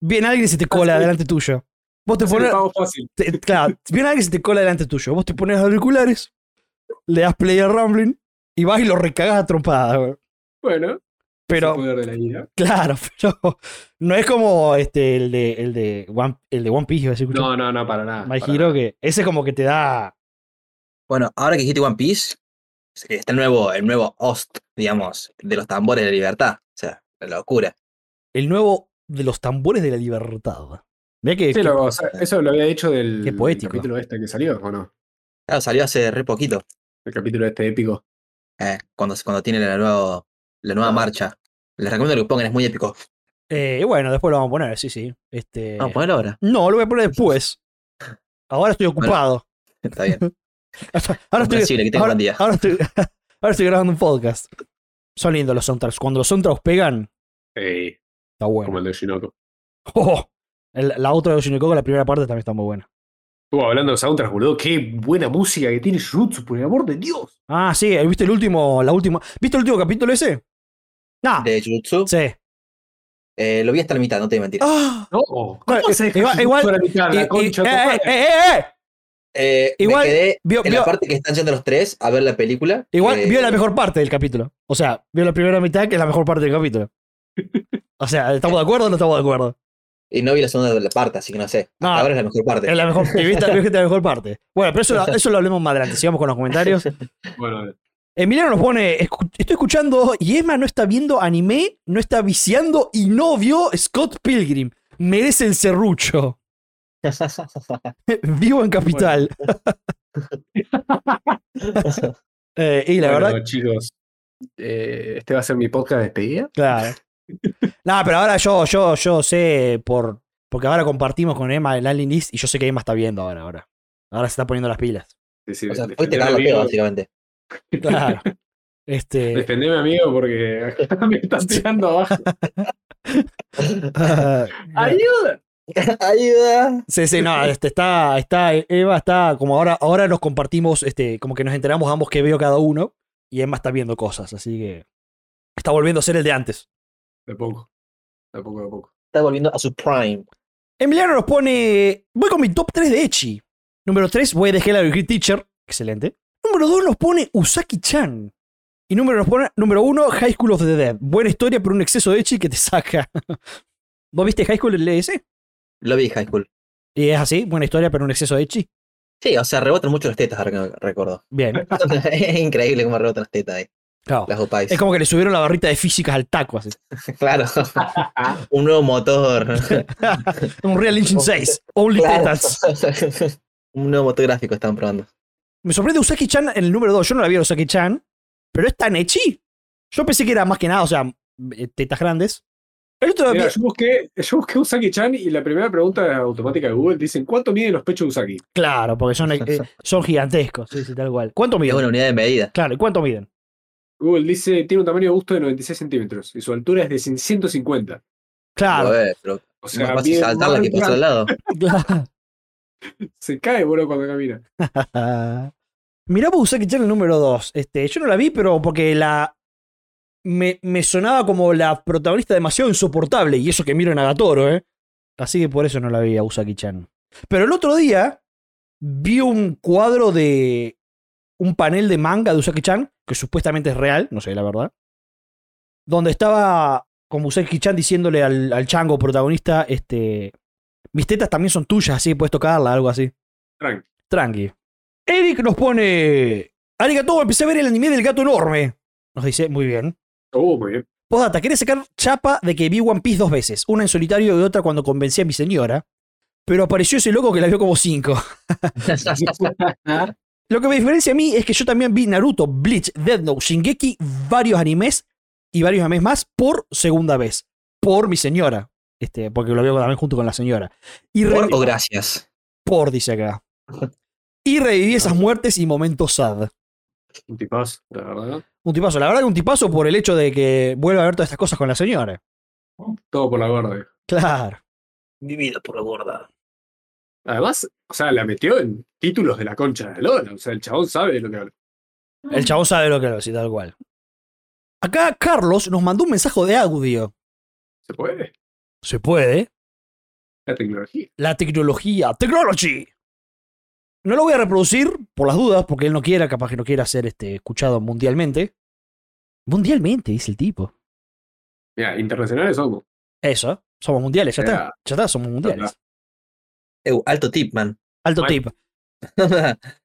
A: Viene alguien y se te cola delante tuyo. Vos te
B: Se
A: pones.
B: lo pago fácil.
A: te- claro, viene alguien que se te cola delante tuyo. Vos te pones auriculares, le das play a Rambling y vas y lo recagas a trompada. güey.
B: Bueno, es el
A: Pero,
B: poder de la ira.
A: claro, <laughs> pero no es como este, el, de, el, de One, el de One Piece, iba a decir, escucha,
B: No, no, no, para nada.
A: My
B: para
A: Hero,
B: nada.
A: que ese como que te da.
C: Bueno, ahora que dijiste One Piece, está el nuevo, el nuevo host, digamos, de los tambores de la libertad. O sea, la locura.
A: El nuevo de los tambores de la libertad. Mira que.
B: Sí, lo- o sea, eso lo había dicho del
A: Qué poético.
B: del capítulo este que salió, ¿o no?
C: Claro, salió hace re poquito,
B: El capítulo este épico.
C: eh, cuando, cuando tiene la, nueva- la nueva marcha. Les recomiendo que lo pongan, es muy épico.
A: eh, bueno, después lo vamos a poner, sí, sí. Este,
C: Vamos a
A: <laughs>
C: ponerlo ahora.
A: no, lo voy a poner después. Ahora estoy ocupado.
C: Está bien.
A: Ahora estoy,
C: Comprensible, que tenga un
A: ahora,
C: buen día.
A: ahora estoy, <laughs> ahora estoy grabando un podcast. Son lindos los soundtracks. Cuando los soundtracks pegan,
B: Ey,
A: está bueno.
B: eh, como el de Shinoko.
A: <laughs> Oh, el- la otra de Shinoko, la primera parte también está muy buena.
B: Estuvo hablando de soundtracks, boludo. Qué buena música que tiene Jutsu, por el amor de Dios.
A: Ah, sí, ¿viste el último, la última? ¿Viste el último capítulo ese? Nah,
C: De Jujutsu,
A: sí.
C: eh, lo vi hasta la mitad, no te voy a mentir.
A: Ah,
B: No, ¿cómo
A: Bueno,
B: vas a dejar
A: igual-
B: Jujutsu
A: igual-
B: a la mitad, la
A: y- y-
B: concha de tu
A: eh,
B: madre?
A: eh, eh, eh,
C: Eh,
A: igual
C: me quedé
A: vio-
C: en
A: vio-
C: la parte que están yendo los tres a ver la película.
A: Igual
C: eh,
A: vio la mejor parte del capítulo. O sea, vio la primera mitad que es la mejor parte del capítulo. O sea, ¿estamos de acuerdo o no estamos de acuerdo?
C: Y no vi la segunda de la parte, así que no sé. Hasta
A: No.
C: ahora es la mejor parte.
A: Es la mejor, y viste- viste la mejor parte. Bueno, pero eso, eso lo hablemos más adelante. Sigamos con los
C: <laughs>
A: comentarios.
B: Bueno, vale.
A: Emiliano nos pone, "Escu- estoy escuchando y Emma no está viendo anime, no está viciando y no vio Scott Pilgrim. Merece el serrucho. <laughs> Vivo en Capital. <laughs> Eh, y la
B: Bueno,
A: verdad,
B: chicos, eh, este va a ser mi podcast de despedida.
A: claro. Nada, pero ahora yo, yo, yo sé por. Porque ahora compartimos con Emma el Alien List y yo sé que Emma está viendo ahora, ahora. Ahora se está poniendo las pilas.
B: Sí, sí,
C: o sea, hoy te
B: defendeme,
C: cagan los
B: amigo.
C: pedos, básicamente. <laughs>
A: Claro.
B: <laughs>
A: Este.
B: Defendeme, amigo, porque <laughs> acá me están
A: <laughs>
B: tirando abajo. ¡Ayuda!
C: Ayuda.
A: Sí, sí, no, este, está, está, Eva está, como ahora, ahora nos compartimos, este, como que nos enteramos ambos que veo cada uno, y Emma está viendo cosas, así que está volviendo a ser el de antes.
B: De poco. De poco,
A: <laughs>
B: de poco.
C: Está volviendo a su prime.
A: Emiliano nos pone, voy con mi top 3 de Echi. Número 3, voy a dejar la Great Teacher, excelente. Número 2 nos pone Usaki-chan. Y número, nos pone, número 1, High School of the Dead. Buena historia, pero un exceso de Echi que te saca. <laughs> ¿Vos viste High School LS?
C: Lo vi High School.
A: Y es así, buena historia, pero un exceso de Echi.
C: Sí, o sea, rebotan mucho las tetas, ahora que me
A: <laughs>
C: recuerdo. <laughs>
A: Bien,
C: es increíble cómo rebotan las tetas ahí.
A: claro.
C: Las opais.
A: Es como que le subieron la barrita de físicas al taco, así.
C: <laughs>
A: <laughs>
C: Claro.
A: Ah,
C: Un
B: <laughs>
C: nuevo motor.
A: Un Real Engine 6. Only
C: Claro.
A: tetas.
C: <laughs> Un nuevo motor gráfico están probando.
A: Me sorprende Usaki-chan en el número 2. Yo no la vi a Usaki-chan. Pero es tan echi. Yo pensé que era más que nada, o sea, eh, tetas grandes. El otro
B: Mira,
A: día-
B: yo busqué, yo busqué Usagi-chan y la primera pregunta automática de Google dicen: ¿Cuánto miden los pechos de Usagi?
A: Claro, porque son, eh, eh, son gigantescos. Sí, sí, tal cual. ¿Cuánto
C: Es
A: miden?
C: una unidad de medida.
A: Claro, ¿y cuánto miden?
B: Google dice: tiene un tamaño de busto de 96 centímetros y su altura es de 150.
A: <laughs> Claro,
C: Joder, eh, pero
B: Ah. O
C: más
B: sea,
C: fácil
B: mide
C: saltarla
B: más
C: que pasar al lado.
B: Se cae, boludo, cuando camina.
A: claro. <laughs> Mirá vos Usaki-chan el número 2. Este, yo no la vi, pero porque la. Me, me sonaba como la protagonista demasiado insoportable. Y eso que miro en Agatoro, ¿eh? Así que por eso no la vi a Usaki-chan. Pero el otro día vi un cuadro de un panel de manga de Usaki-chan, que supuestamente es real, no sé la verdad, donde estaba como Usagi-chan diciéndole al, al chango protagonista, este, mis tetas también son tuyas, así que puedes tocarla, algo así.
B: Tranqui.
A: Tranqui. Eric nos pone, arigato, empecé a ver el anime del gato enorme. Nos dice, muy bien.
B: Oh, muy bien.
A: Postdata, quería sacar chapa de que vi One Piece dos veces, una en solitario y otra cuando convencí a mi señora, pero apareció ese loco que la vio como cinco. <laughs>
B: <laughs>
A: Lo que me diferencia a mí es que yo también vi Naruto, Bleach, Death Note, Shingeki, varios animes y varios animes más por segunda vez. Por mi señora. Este, porque lo veo también junto con la señora. Y re-
C: Por o gracias.
A: por, dice acá. Y reviví esas muertes y momentos sad.
B: Un tipazo, la verdad.
A: Un tipazo. La verdad que un tipazo por el hecho de que vuelva a ver todas estas cosas con la señora.
B: Todo por la gorda. viejo.
A: Claro.
C: Mi vida por la gorda.
B: Además, o sea, la metió en títulos de la concha de la lona. O sea, el chabón sabe de lo que habla.
A: El chabón sabe lo que lo tal cual. Acá Carlos nos mandó un mensaje de audio.
B: Se puede.
A: Se puede.
B: La tecnología.
A: La tecnología. Technology. No lo voy a reproducir por las dudas, porque él no quiera, capaz que no quiera ser este, escuchado mundialmente. Mundialmente, dice el tipo.
B: Mira, internacionales somos.
A: Eso, somos mundiales, ya está.
B: Ya.
A: Ya está, somos mundiales.
C: Eu, alto tip, man. <laughs>
A: Alto
B: Bueno.
A: tip.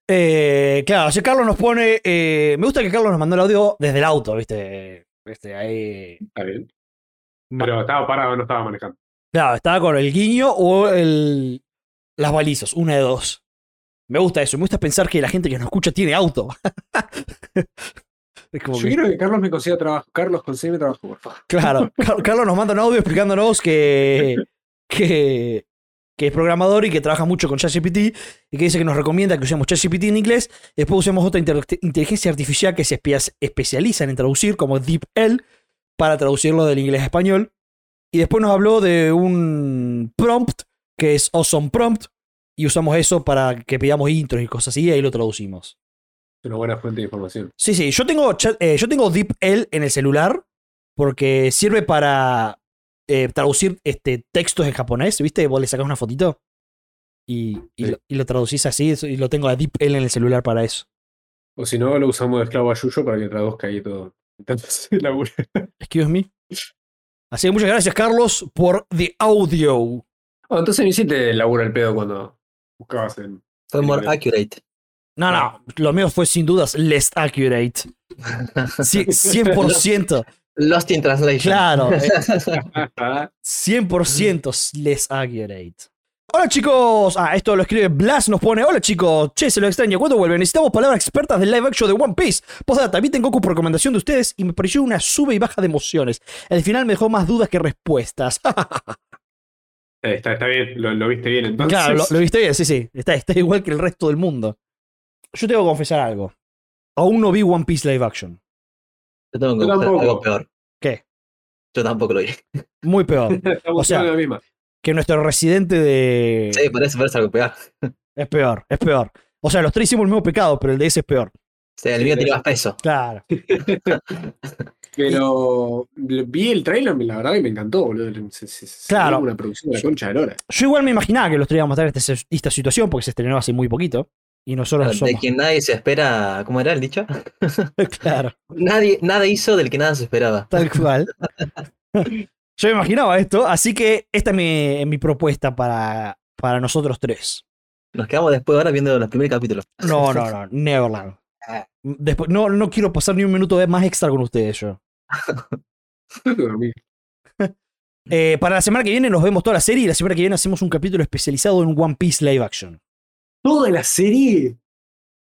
A: Eh, claro, así Carlos nos pone. eh, me gusta que Carlos nos mandó el audio desde el auto, ¿viste? Este, ahí.
B: Está bien. Pero estaba parado, no estaba manejando.
A: Claro, estaba con el guiño o el, las balizas, una de dos. Me gusta eso, me gusta pensar que la gente que nos escucha tiene auto. <laughs> es como
B: Yo
A: que-
B: quiero que Carlos me consiga trabajo. Carlos, consigue trabajo, por favor.
A: claro, Car- Carlos nos manda un audio explicándonos que, que, que es programador y que trabaja mucho con ChatGPT y que dice que nos recomienda que usemos ChatGPT en inglés, después usemos otra inter- inteligencia artificial que se espia- especializa en traducir como DeepL para traducirlo del inglés a español. Y después nos habló de un prompt que es Awesome Prompt y usamos eso para que pidamos intros y cosas así y ahí lo traducimos.
B: Es una buena fuente de información.
A: Sí, sí, yo tengo, chat- eh, yo tengo DeepL en el celular porque sirve para eh, traducir este, textos en japonés, ¿viste? Vos le sacás una fotito y, y
B: Sí.
A: lo, y lo traducís así eso- y lo tengo a DeepL en el celular para eso.
B: O si no, lo usamos de esclavo a Yuyo para que traduzca ahí todo. Entonces, <laughs> laburo.
A: Excuse me. Así que muchas gracias, Carlos, por the audio.
B: Ah, entonces ni si te labura el pedo cuando buscabas en.
C: Fue more accurate.
A: No, no, lo mío fue sin dudas less accurate. Cie- 100%,
C: Lost in translation.
A: claro. eh.
B: Ah,
A: 100% les accurate. Hola chicos, ah, esto lo escribe Blas, nos pone, hola chicos, che, se lo extraño, ¿cuándo vuelven? Necesitamos palabras expertas del live action de One Piece. Postdata, vi Goku por recomendación de ustedes y me pareció una sube y baja de emociones. Al final me dejó más dudas que respuestas. <laughs>
B: eh. está, está bien, lo, lo viste bien entonces.
A: claro,
B: <laughs>
A: lo, lo viste bien, sí, sí, está, está igual que el resto del mundo. Yo tengo que confesar algo, aún no vi One Piece live action,
C: Yo tengo
B: Yo
C: que buscar
B: tampoco.
C: algo peor.
A: ¿Qué?
C: Yo tampoco lo vi.
A: muy <laughs> peor,
B: Estamos
A: O sea-
B: haciendo la misma.
A: que nuestro residente de...
C: Sí, parece, parece algo peor.
A: Es peor, es peor. O sea, los tres hicimos el mismo pecado, pero el de ese es peor.
C: O sea, el mío tiene más peso.
A: Claro.
B: Pero lo- vi el trailer, la verdad que me encantó, boludo. Se- se- se-
A: Claro.
B: Una producción de la concha de Lora. <laughs>
A: Yo igual me imaginaba que los tres íbamos a estar en este- esta situación porque se estrenó hace muy poquito. Y nosotros
C: De
A: somos.
C: quien nadie se espera. ¿Cómo era el dicho?
A: <laughs> Claro,
C: Nadie, nada hizo del que nada se esperaba.
A: tal cual. Yo me imaginaba esto, así que esta es mi, mi propuesta para, para nosotros tres.
C: Nos quedamos después ahora viendo los primeros capítulos.
A: No,
C: <laughs>
A: no, no, Neverland. Después, no, no quiero pasar ni un minuto de más extra con ustedes yo.
B: Creo que dormí.
A: Eh, para la semana que viene nos vemos toda la serie y la semana que viene hacemos un capítulo especializado en One Piece Live Action.
B: Toda la serie.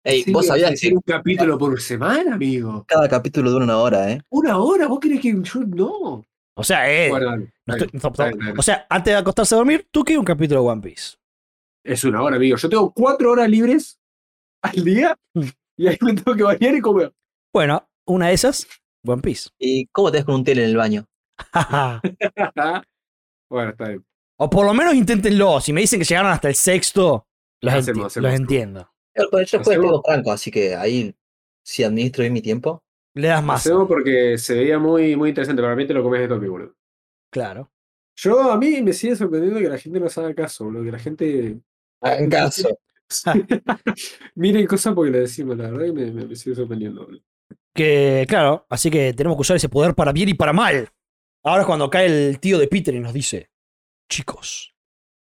C: Ey,
B: Sí,
C: vos sabías
B: hacer
C: que
B: un capítulo por semana, amigo.
C: cada capítulo dura una hora, ¿eh?
B: Una hora, vos querés que yo no.
A: O sea, eh,
B: Bueno, dale,
A: no
B: dale,
A: estoy- no,
B: dale,
A: no.
B: dale.
A: o sea, antes de acostarse a dormir, tú quieres un capítulo de One Piece.
B: Es una hora, amigo. Yo tengo cuatro horas libres
A: <laughs>
B: al día
A: Mm.
B: y ahí me tengo que bañar y comer. <laughs>
A: Bueno, una de esas, One Piece.
C: ¿Y cómo te ves con un tele en el baño?
B: bueno, está bien.
A: <laughs> O por lo menos inténtenlo. Si me dicen que llegaron hasta el sexto, los,
B: Hacemos,
A: enti-
B: hacemos.
A: los entiendo.
C: Claro, pero yo después
B: Hacemos-
C: tengo franco, así que ahí si administro bien mi tiempo.
A: Le das más.
B: Hacemos porque se veía muy, muy interesante. Para mí te lo comes de toque, boludo.
A: Claro.
B: Yo a mí me sigue sorprendiendo que la gente no se haga caso, boludo. Que la gente
C: Ah, En <laughs> caso.
A: <laughs>
B: mire cosas porque le decimos. La verdad que me, me- me sigue sorprendiendo, boludo.
A: Que, claro, así que tenemos que usar ese poder para bien y para mal. Ahora es cuando cae el tío de Peter y nos dice, chicos,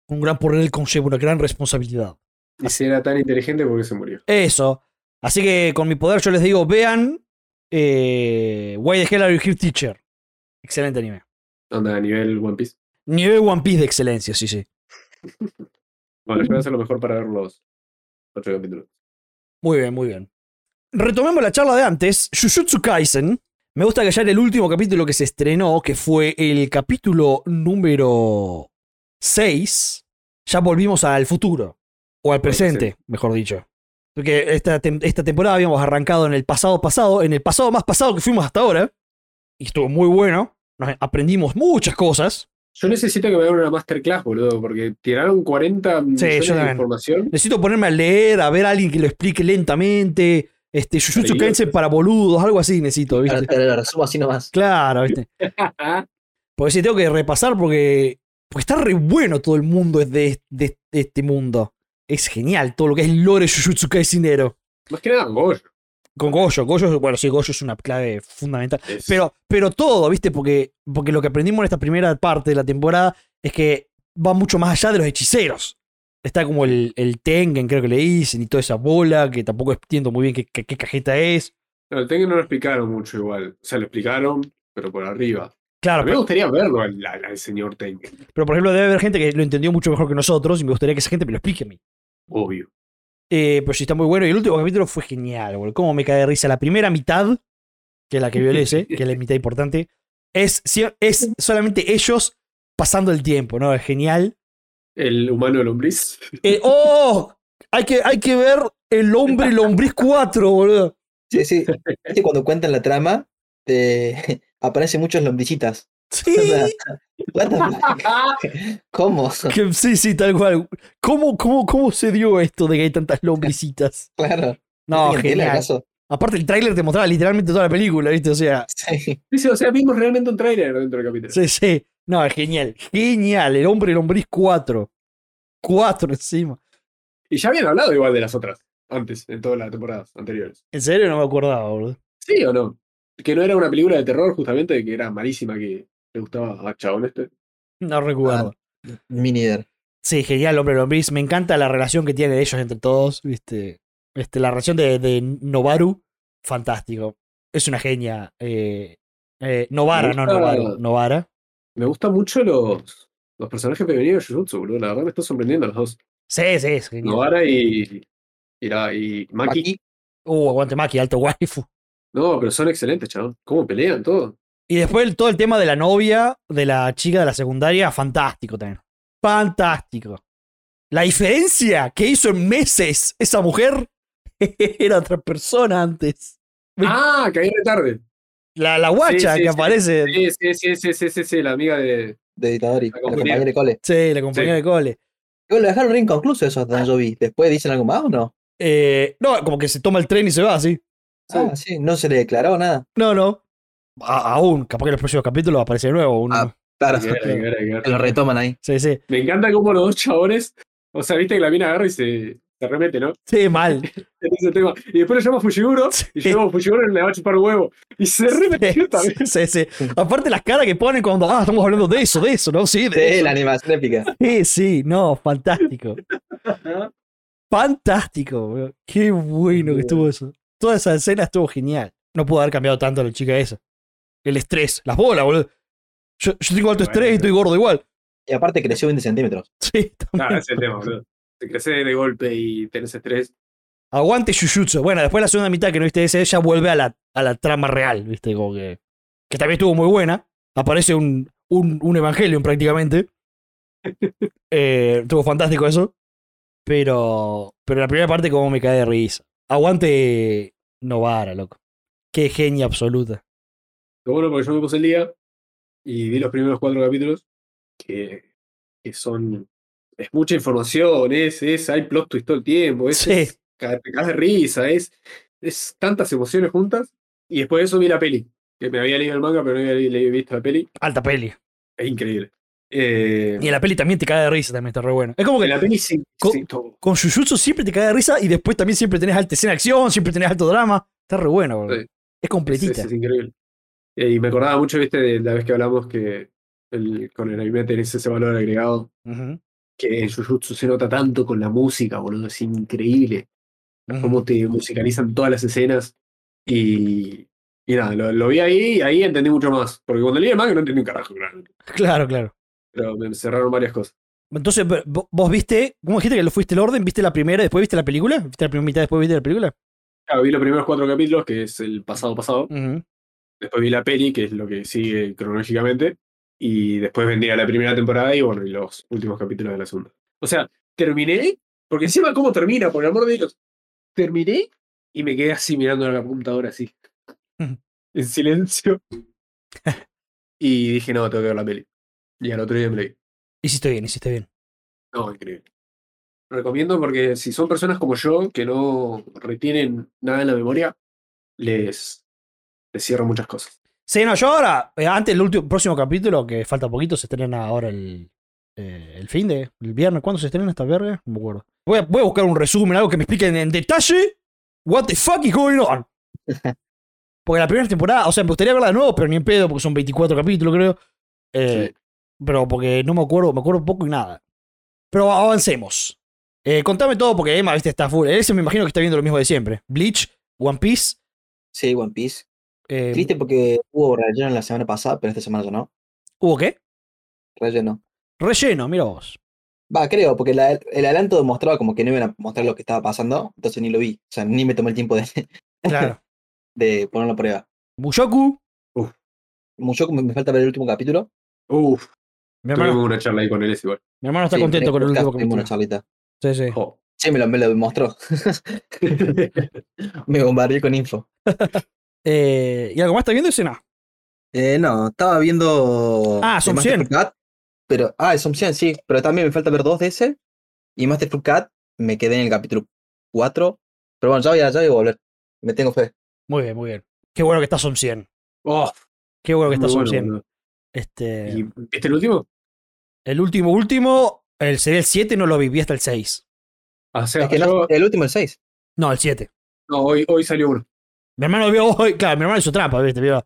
A: un gran poder conlleva una gran responsabilidad.
B: Y si era tan inteligente, porque se murió?
A: Eso. Así que con mi poder yo les digo, vean eh, Why the Hell Are You Here Teacher. Excelente anime.
B: Onda, a nivel One Piece.
A: Nivel One Piece de excelencia, sí, sí.
B: Bueno, yo voy a hacer lo mejor para ver los ocho capítulos.
A: Muy bien, muy bien. Retomemos la charla de antes. Jujutsu Kaisen. Me gusta que ya en el último capítulo que se estrenó, que fue el capítulo número 6, ya volvimos al futuro. O al presente, mejor dicho. Porque esta, tem- esta temporada habíamos arrancado en el pasado pasado, en el pasado más pasado que fuimos hasta ahora. Y estuvo muy bueno. Nos aprendimos muchas cosas.
B: Yo necesito que me hagan una masterclass, boludo, porque tiraron 40 millones
A: yo
B: de
A: también.
B: información. <laughs>
A: Necesito ponerme a leer, a ver a alguien que lo explique lentamente. Este, Jujutsu
B: Para
A: Kaisen para boludos, algo así necesito, ¿viste?
C: Ahora te lo resumo así nomás.
A: Claro, ¿viste? Porque sí, tengo que repasar porque, porque está re bueno todo el mundo es de, de- de este mundo. Es genial todo lo que es lore Jujutsu Kaisenero.
B: Más que nada, Goyo.
A: Con Goyo. Goyo, bueno, sí, Goyo es una clave fundamental.
B: Es-
A: Pero, pero todo, ¿viste? Porque, porque lo que aprendimos en esta primera parte de la temporada es que va mucho más allá de los hechiceros. Está como el, el Tengen, creo que le dicen, y toda esa bola, que tampoco entiendo muy bien qué, qué- qué cajeta es.
B: Pero el Tengen no lo explicaron mucho igual. O sea, lo explicaron, pero por arriba. A
A: Claro,
B: mí me
A: pero,
B: gustaría verlo al, al- al señor Tengen,
A: pero, por ejemplo, debe haber gente que lo entendió mucho mejor que nosotros, y me gustaría que esa gente me lo explique a mí.
B: obvio.
A: Eh, pero sí está muy bueno. Y el último capítulo fue genial, boludo. Cómo me cae de risa. La primera mitad, que es la que vio el ese, que es la mitad importante, es, si- es solamente ellos pasando el tiempo, ¿no? Es genial.
B: El
A: <laughs>
B: humano lombriz.
A: Eh, ¡Oh! Hay que, hay que ver El Hombre Lombriz 4, boludo.
C: <laughs> Sí, sí. Viste cuando cuentan la trama, te <laughs> aparecen muchos lombricitas.
A: Sí,
C: What the fuck? <laughs> ¿Cómo?
A: <laughs> que- sí, sí, tal cual. ¿Cómo, cómo, ¿Cómo se dio esto de que hay tantas <laughs> lombricitas?
C: Claro.
A: No,
C: ¿Tienen tela,
A: genial.
C: acaso?
A: Aparte, el tráiler te mostraba literalmente toda la película, ¿viste? O sea,
C: Sí.
B: Dice, o sea, vimos realmente un trailer dentro del capítulo.
A: Sí, sí. No, es genial. Genial. El hombre lombriz 4. 4 encima.
B: Y ya habían hablado igual de las otras antes, en todas las temporadas anteriores.
A: En serio no me acordaba, boludo.
B: ¿Sí o no? Que no era una película de terror, justamente, que era malísima, que le gustaba a Chabón este.
A: No recuerdo.
C: Mi líder.
A: Sí, genial, el hombre lombriz. Me encanta la relación que tienen ellos entre todos, ¿viste? Este, la relación de, de Novaru, fantástico. Es una genia. Eh, eh, Novara, no
B: Me gusta-
A: Novaru. Novara.
B: Me gustan mucho los, los personajes femeninos de Jujutsu, boludo. La verdad me está sorprendiendo los dos.
A: Sí, sí, es genial.
B: Novara y, y, la- y Maki.
C: Aquí,
A: Uh, aguante Maki, alto waifu.
B: No, pero son excelentes, chabón. ¿Cómo pelean todo?
A: Y después el- todo el tema de la novia, de la chica de la secundaria, fantástico también. Fantástico. La diferencia que hizo en meses esa mujer <laughs> era otra persona antes.
B: <laughs>
A: Me-
B: Ah, caí de tarde.
A: La, la guacha
B: Sí, sí,
A: que
B: sí.
A: aparece. Sí,
B: Sí, sí, sí, sí, sí, sí, sí, la amiga de.
C: de dictador y
B: La
C: la
B: compañera.
C: compañera de cole.
A: la compañera
B: Sí.
A: de cole.
C: Igual lo dejaron re inconcluso eso hasta donde yo vi. Después dicen algo más o no.
A: Eh, no, como que se toma el tren y se va, sí.
C: Ah, sí, no se le declaró nada.
A: No, no. A- aún, capaz que en los próximos capítulos aparece de nuevo. uno.
C: Ah. Claro.
B: Hay que ver, hay que ver, hay que ver.
C: <laughs> Lo retoman ahí.
A: Sí, sí.
B: Me encanta cómo los dos chabones. O sea, viste que la mina agarra y se, se remete, ¿no?
A: Sí, mal.
B: En ese tema. Y después lo llama Fushiguro. Y yo llamo a Fushiguro y le va a chupar huevo. Y se remetió también.
A: Sí, sí. Aparte las caras que ponen cuando, ah, estamos hablando de eso, de eso, ¿no? Sí, de
C: Sí,
A: eso.
C: la animación épica.
A: Sí, sí, no, fantástico.
B: <laughs>
A: Fantástico, bro. Qué bueno que estuvo eso. Toda esa escena estuvo genial. No pudo haber cambiado tanto a la chica esa. El estrés, las bolas, boludo. Yo, yo tengo alto
B: Bueno,
A: estrés y estoy gordo igual. <laughs>
C: Y aparte creció 20 centímetros.
A: Sí, también.
B: Claro, ese es el tema, boludo. Te creces de golpe y tenés estrés.
A: Aguante Jujutsu. Bueno, después de la segunda mitad que no viste ese, ella vuelve a la, a la trama real, ¿viste? Como que. Que también estuvo muy buena. Aparece un, un, un Evangelion
B: <laughs>
A: prácticamente. Eh, estuvo fantástico eso. Pero. Pero la primera parte, como me cae de risa. Aguante Novara, loco. Qué genia absoluta.
B: Lo bueno porque yo me puse el día y vi los primeros cuatro capítulos que, que son. Es mucha información, es, es, hay plot twist todo el tiempo, es,
A: Sí.
B: es- ca- te cagas de risa, es, es tantas emociones juntas. Y después de eso vi la peli, que me había leído el manga, pero no había le- le- visto la peli.
A: Alta peli.
B: Es increíble. Eh,
A: Y en la peli también te cae de risa, también está re bueno. Es como
B: en
A: que
B: la peli sí,
A: Co-
B: sí, todo.
A: con Jujutsu siempre te cae de risa y después también siempre tenés alta escena de acción, siempre tenés alto drama. Está re bueno, boludo.
B: Sí.
A: Es
B: Es,
A: completita.
B: es- es increíble. Eh, Y me acordaba mucho, viste, de la vez que hablamos que el, con el anime tenés ese valor agregado
A: Ujú,
B: que en Jujutsu se nota tanto con la música, boludo, es increíble
A: ujú.
B: cómo te musicalizan todas las escenas y, y nada, lo, lo vi ahí y ahí entendí mucho más, porque cuando leí el manga no entendí un carajo, claro,
A: Claro, claro.
B: pero me cerraron varias cosas.
A: Entonces, pero, vo- vos viste, ¿cómo dijiste que lo fuiste el orden? ¿Viste la primera y después viste la película? ¿Viste la primera mitad y después viste la película?
B: Claro, vi los primeros cuatro capítulos, que es el pasado pasado,
A: Ujú.
B: después vi la peli, que es lo que sigue cronológicamente, y después vendría la primera temporada y bueno, y los últimos capítulos de la segunda. O sea, terminé, porque encima cómo termina, por el amor de Dios, terminé y me quedé así mirando a la computadora así,
A: Ujú.
B: en silencio. y dije, no, tengo que ver la peli. Y al otro día me la vi.
A: Hiciste bien, hiciste bien.
B: No, increíble. Lo recomiendo porque si son personas como yo que no retienen nada en la memoria, les, les cierro muchas cosas.
A: Sí, no, yo ahora, eh, antes del último, próximo capítulo, que falta poquito, se estrena ahora el, eh, el fin de, el viernes. ¿Cuándo se estrena esta verga? No me acuerdo. Voy a, voy a buscar un resumen, algo que me expliquen en detalle. What the fuck is going on? Porque la primera temporada, o sea, me gustaría verla de nuevo, pero ni en pedo, porque son 24 capítulos, creo. Eh,
B: Sí.
A: Pero porque no me acuerdo, me acuerdo poco y nada. Pero avancemos. Eh, contame todo, porque Emma, viste, está full. Ese me imagino que está viendo lo mismo de siempre. Bleach, One Piece.
C: Sí, One Piece.
A: eh,
C: Triste porque hubo relleno la semana pasada, pero esta semana ya no.
A: ¿Hubo qué?
C: Relleno.
A: Relleno, mira vos.
C: Va, creo, porque la- el adelanto demostraba como que no iban a mostrar lo que estaba pasando, entonces ni lo vi. O sea, ni me tomé el tiempo de, <laughs>
A: Claro.
C: de ponerlo a prueba.
A: <laughs> Mushoku.
C: Mucho me, me falta ver el último capítulo.
B: Uf,
A: Mi hermano,
B: tuvimos una charla ahí con él, es igual. Oh.
A: mi hermano está
C: Sí,
A: contento
C: en
A: con el
C: podcast
A: último
C: tuvimos una
A: capítulo.
C: charlita.
A: Sí, sí. <laughs>
B: Jo.
C: Sí, me lo, me lo mostró. <laughs> me bombardeé con info.
A: Eh, ¿Y algo más está viendo ese no?
C: Eh, no, estaba viendo.
A: Ah,
C: de
A: Som
C: Master
A: 100.
C: of Cat, pero, ah, Som 100, sí. Pero también me falta ver dos de ese. Y Master of Cat me quedé en el capítulo 4. Pero bueno, ya voy a, ya voy a volver. Me tengo fe.
A: Muy bien, muy bien. Qué bueno que está Som 100.
B: Oh,
A: Qué bueno que está
B: muy
A: Som
B: bueno,
A: 100.
B: boludo.
A: Este,
B: ¿Y viste el último?
A: El último, último, el sería el 7, no lo viví hasta el 6.
B: Ah, O sea,
C: Es que
B: yo-
C: no, el último, el 6.
A: No, el 7.
B: no, hoy, hoy salió uno.
A: Mi hermano vio hoy, claro, mi hermano hizo trampa, ¿viste? Vio,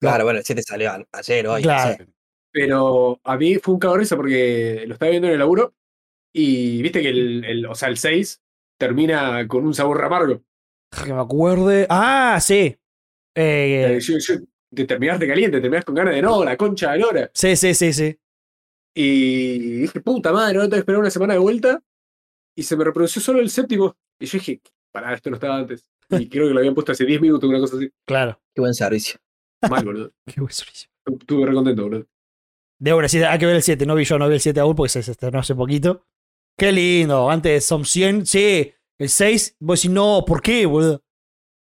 C: Claro, bueno, el 7 salió a- ayer, hoy. no
A: Claro.
C: sé.
B: Pero a mí fue un cabrón eso porque lo estaba viendo en el laburo y viste que el, el- o sea, el 6 termina con un sabor amargo.
A: que me acuerde. Ah, sí. Eh,
B: Eh, yo- yo- te terminaste caliente, terminaste con ganas de no, la concha de la lora.
A: sí, sí, sí, sí.
B: Y dije, puta madre, no tengo que esperar una semana de vuelta. Y se me reprodució solo el séptimo. Y yo dije, pará, esto no estaba antes. Y creo que lo habían puesto hace 10 minutos, una cosa así.
A: Claro.
C: Qué buen servicio.
B: Mal, boludo.
A: Qué buen servicio.
B: Estu- Estuve re contento, boludo.
A: De una, sí, hay que ver el 7. No vi yo, no vi el 7 aún porque se se estrenó hace poquito. Qué lindo. Antes son 100. Sí, el 6. Vos decís, no, ¿por qué, boludo?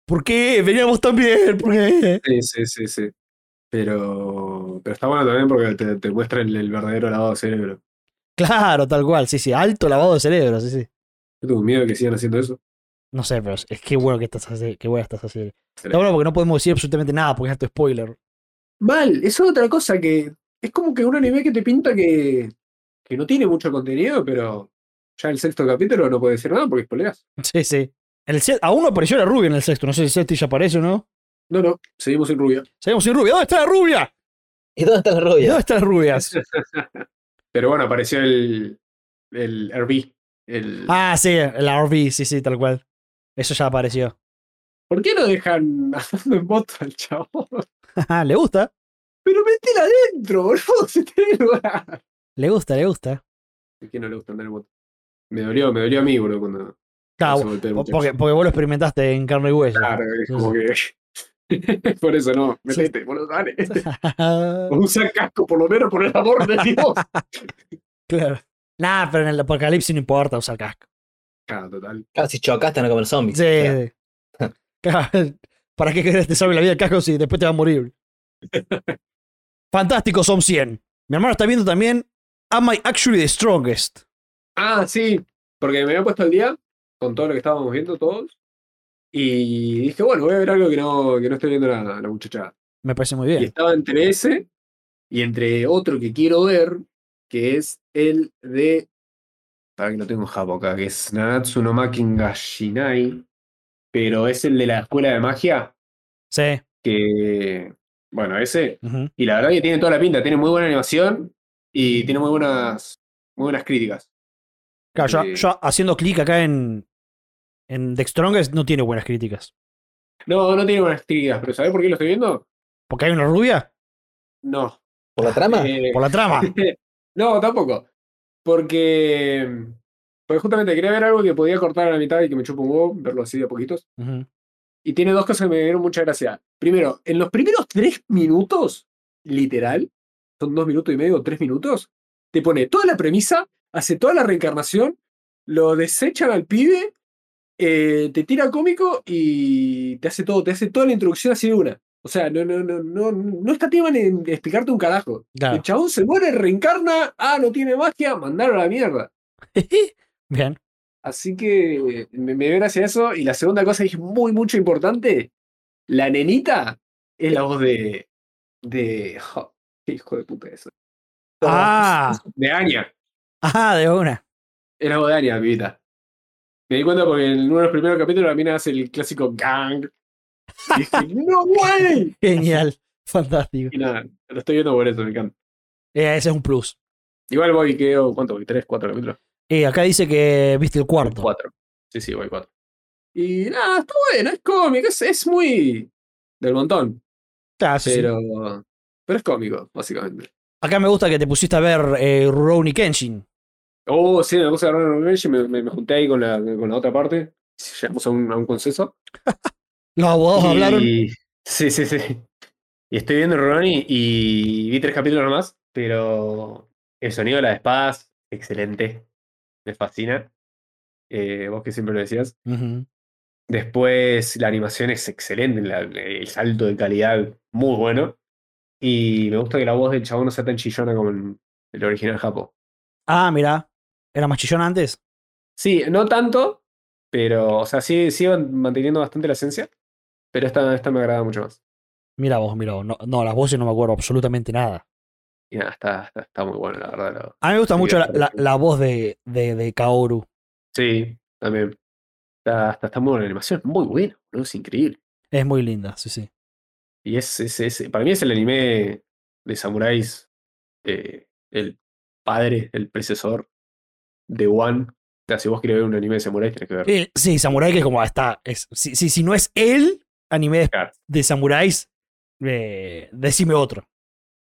A: ¿Por qué? Veníamos tan bien. ¿Por qué?
B: Sí, sí, sí, sí. Pero, pero está bueno también porque te, te muestra el, el verdadero lavado de cerebro.
A: Claro, tal cual. Sí, sí. Alto lavado de cerebro. Sí, sí.
B: Yo tengo miedo de que sigan haciendo eso.
A: No sé, pero es que bueno que estás así. Qué bueno estás así.
B: Sí.
A: Está bueno porque no podemos decir absolutamente nada porque es tu spoiler.
B: Mal, es otra cosa que. Es como que un anime que te pinta que, que no tiene mucho contenido, pero ya el sexto capítulo no puede decir nada porque spoileas.
A: Sí, sí. En el set, aún no apareció la rubia en el sexto. No sé si el sexto ya aparece o no.
B: No, no, seguimos sin rubia.
A: Seguimos sin rubia. ¿Dónde está la rubia?
C: ¿Y dónde está la
A: ¿Dónde
C: rubia?
A: están las <laughs> rubias?
B: Pero bueno, apareció el, el RB. El...
A: Ah, sí, la RV. Sí, sí, tal cual. Eso ya apareció. <laughs>
B: ¿Por qué no dejan <laughs> andando en moto al chavo?
A: Le gusta.
B: Pero métela adentro, boludo, <laughs> si tiene lugar.
A: Le gusta, le gusta.
B: ¿A quién no le gusta andar en moto? Me dolió, me dolió a mí, boludo, cuando,
A: Claro,
B: cuando se golpea el
A: po-
B: muchacho.
A: porque, porque vos lo experimentaste en carne y hueso.
B: <laughs> Claro, es como que. <laughs> por eso no, metete, boludo, dale. Usa casco, por lo menos, por el amor de
A: <laughs>
B: Dios.
A: <laughs> claro. Nah, pero en el apocalipsis no importa usar casco.
B: Claro, total.
C: Casi chocaste, no como el zombie.
A: Sí, sí. <laughs> Claro, ¿Para qué querés te salve la vida el casco si después te va a <laughs> morir? Fantástico, son 100. Mi hermano está viendo también Am I Actually the Strongest?
B: Ah, sí, porque me había puesto al día con todo lo que estábamos viendo todos. Y dije, bueno, voy a ver algo que no, que no esté viendo la, la muchachada.
A: Me parece muy
B: Y
A: bien.
B: estaba entre ese y entre otro que quiero ver, que es el de. Para que lo tengo en Japón acá, que es Nanatsu no Makingashinai. Pero es el de la escuela de magia
A: Sí.
B: que Bueno, ese.
A: Ujú.
B: Y la verdad que tiene toda la pinta. Tiene muy buena animación y tiene muy buenas, muy buenas críticas.
A: Claro, yo,
B: Eh.
A: yo haciendo clic acá en, en The Strongest no tiene buenas críticas.
B: No, no tiene buenas críticas, pero ¿sabés por qué lo estoy viendo?
A: ¿Porque hay una rubia?
B: No.
C: ¿Por la trama?
B: Eh,
A: Por la
B: <laughs>
A: trama.
B: no, tampoco. Porque. Pues justamente quería ver algo que podía cortar a la mitad y que me chupa un huevo, verlo así de a poquitos.
A: Ujú.
B: Y tiene dos cosas que me dieron mucha gracia. Primero, en los primeros tres minutos, literal, son dos minutos y medio, tres minutos, te pone toda la premisa, hace toda la reencarnación, lo desechan al pibe, eh, te tira cómico y te hace todo, te hace toda la introducción así de una. O sea, no, no, no, no, no está tema en explicarte un carajo.
A: Claro. <laughs>
B: El chabón se muere, reencarna, ah, no tiene magia, mandaron a la mierda.
A: Bien.
B: Así que me, me dio gracia eso. Y la segunda cosa que es muy, mucho importante, la nenita es la voz de... de jo, qué hijo de puta eso.
A: Ah,
B: De Anya.
A: ah, de una. <laughs>
B: Es la voz de Anya, pibita. Me di cuenta porque en uno de los primeros capítulos la mina hace el clásico gang. Y dije, <laughs> ¡No, güey!
A: Genial. Fantástico.
B: Y nada, lo estoy viendo por eso, me encanta.
A: Eh, ese es un plus.
B: Igual voy, quedo, ¿cuánto? Voy, ¿Tres, cuatro capítulos?
A: Eh, acá dice que viste el cuarto.
B: Cuatro. Sí, sí, voy cuatro. Y nada, está bueno, es cómico, es- es muy del montón.
A: Ah, sí, sí.
B: Pero, pero es cómico, básicamente.
A: Acá me gusta que te pusiste a ver eh, Rurouni Kenshin.
B: Oh, sí, me puse a agarrar un y me, me, me junté ahí con la, con la otra parte. Llegamos a un, a un consenso.
A: Los abogados
B: Y-
A: hablaron.
B: Sí, sí, sí. Y estoy viendo Ronnie y vi tres capítulos nomás, pero el sonido de las espadas, excelente. Me fascina. Eh, vos que siempre lo decías.
A: Ujú.
B: Después, la animación es excelente, la- el salto de calidad muy bueno. Y me gusta que la voz del chabón no sea tan chillona como en el original Japo.
A: Ah, mirá. ¿Era más chillón antes?
B: Sí, no tanto, pero, o sea, sí, siguen manteniendo bastante la esencia, pero esta, esta me agrada mucho más.
A: Mira vos, mira vos. No, no, las voces no me acuerdo absolutamente nada.
B: Y nada, está, está, está muy bueno, la verdad. lo-
A: A mí me gusta
B: Sí,
A: mucho la,
B: parece.
A: la- la voz de, de, de Kaoru.
B: Sí, también. Está, está, está muy buena la animación, es muy buena, boludo, es increíble.
A: Es muy linda, sí, sí.
B: Y es, es, es- para mí es el anime de samuráis, eh, el padre, el predecesor de One. O sea, si vos querés ver un anime de samuráis, tenés que ver.
A: Eh, sí, Samurai que es como ah, está. es- si, si, si no es él, anime de,
B: Claro.
A: de samuráis, eh, decime otro.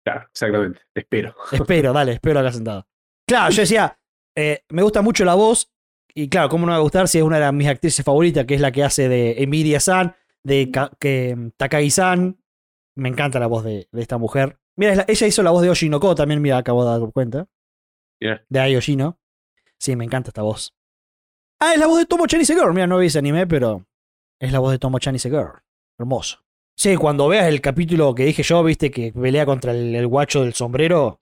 B: Claro, exactamente, te espero. <laughs>
A: Espero, dale, espero acá sentado. Claro, yo decía, eh, me gusta mucho la voz. Y claro, ¿cómo no me va a gustar si es una de las- mis actrices favoritas, que es la que hace de Emilia-san, de Ka- que- Takagi-san? Me encanta la voz de, de esta mujer. Mira, es la- ella hizo la voz de Oshinoko también, mira, acabo de dar cuenta.
B: Mirá.
A: De Ai Oshino. Sí, me encanta esta voz. Ah, es la voz de Tomo Chan y Girl. Mira, no vi ese anime, pero es la voz de Tomo Chan y Girl. Hermoso. Sí, cuando veas el capítulo que dije yo, viste, que pelea contra el, el guacho del sombrero.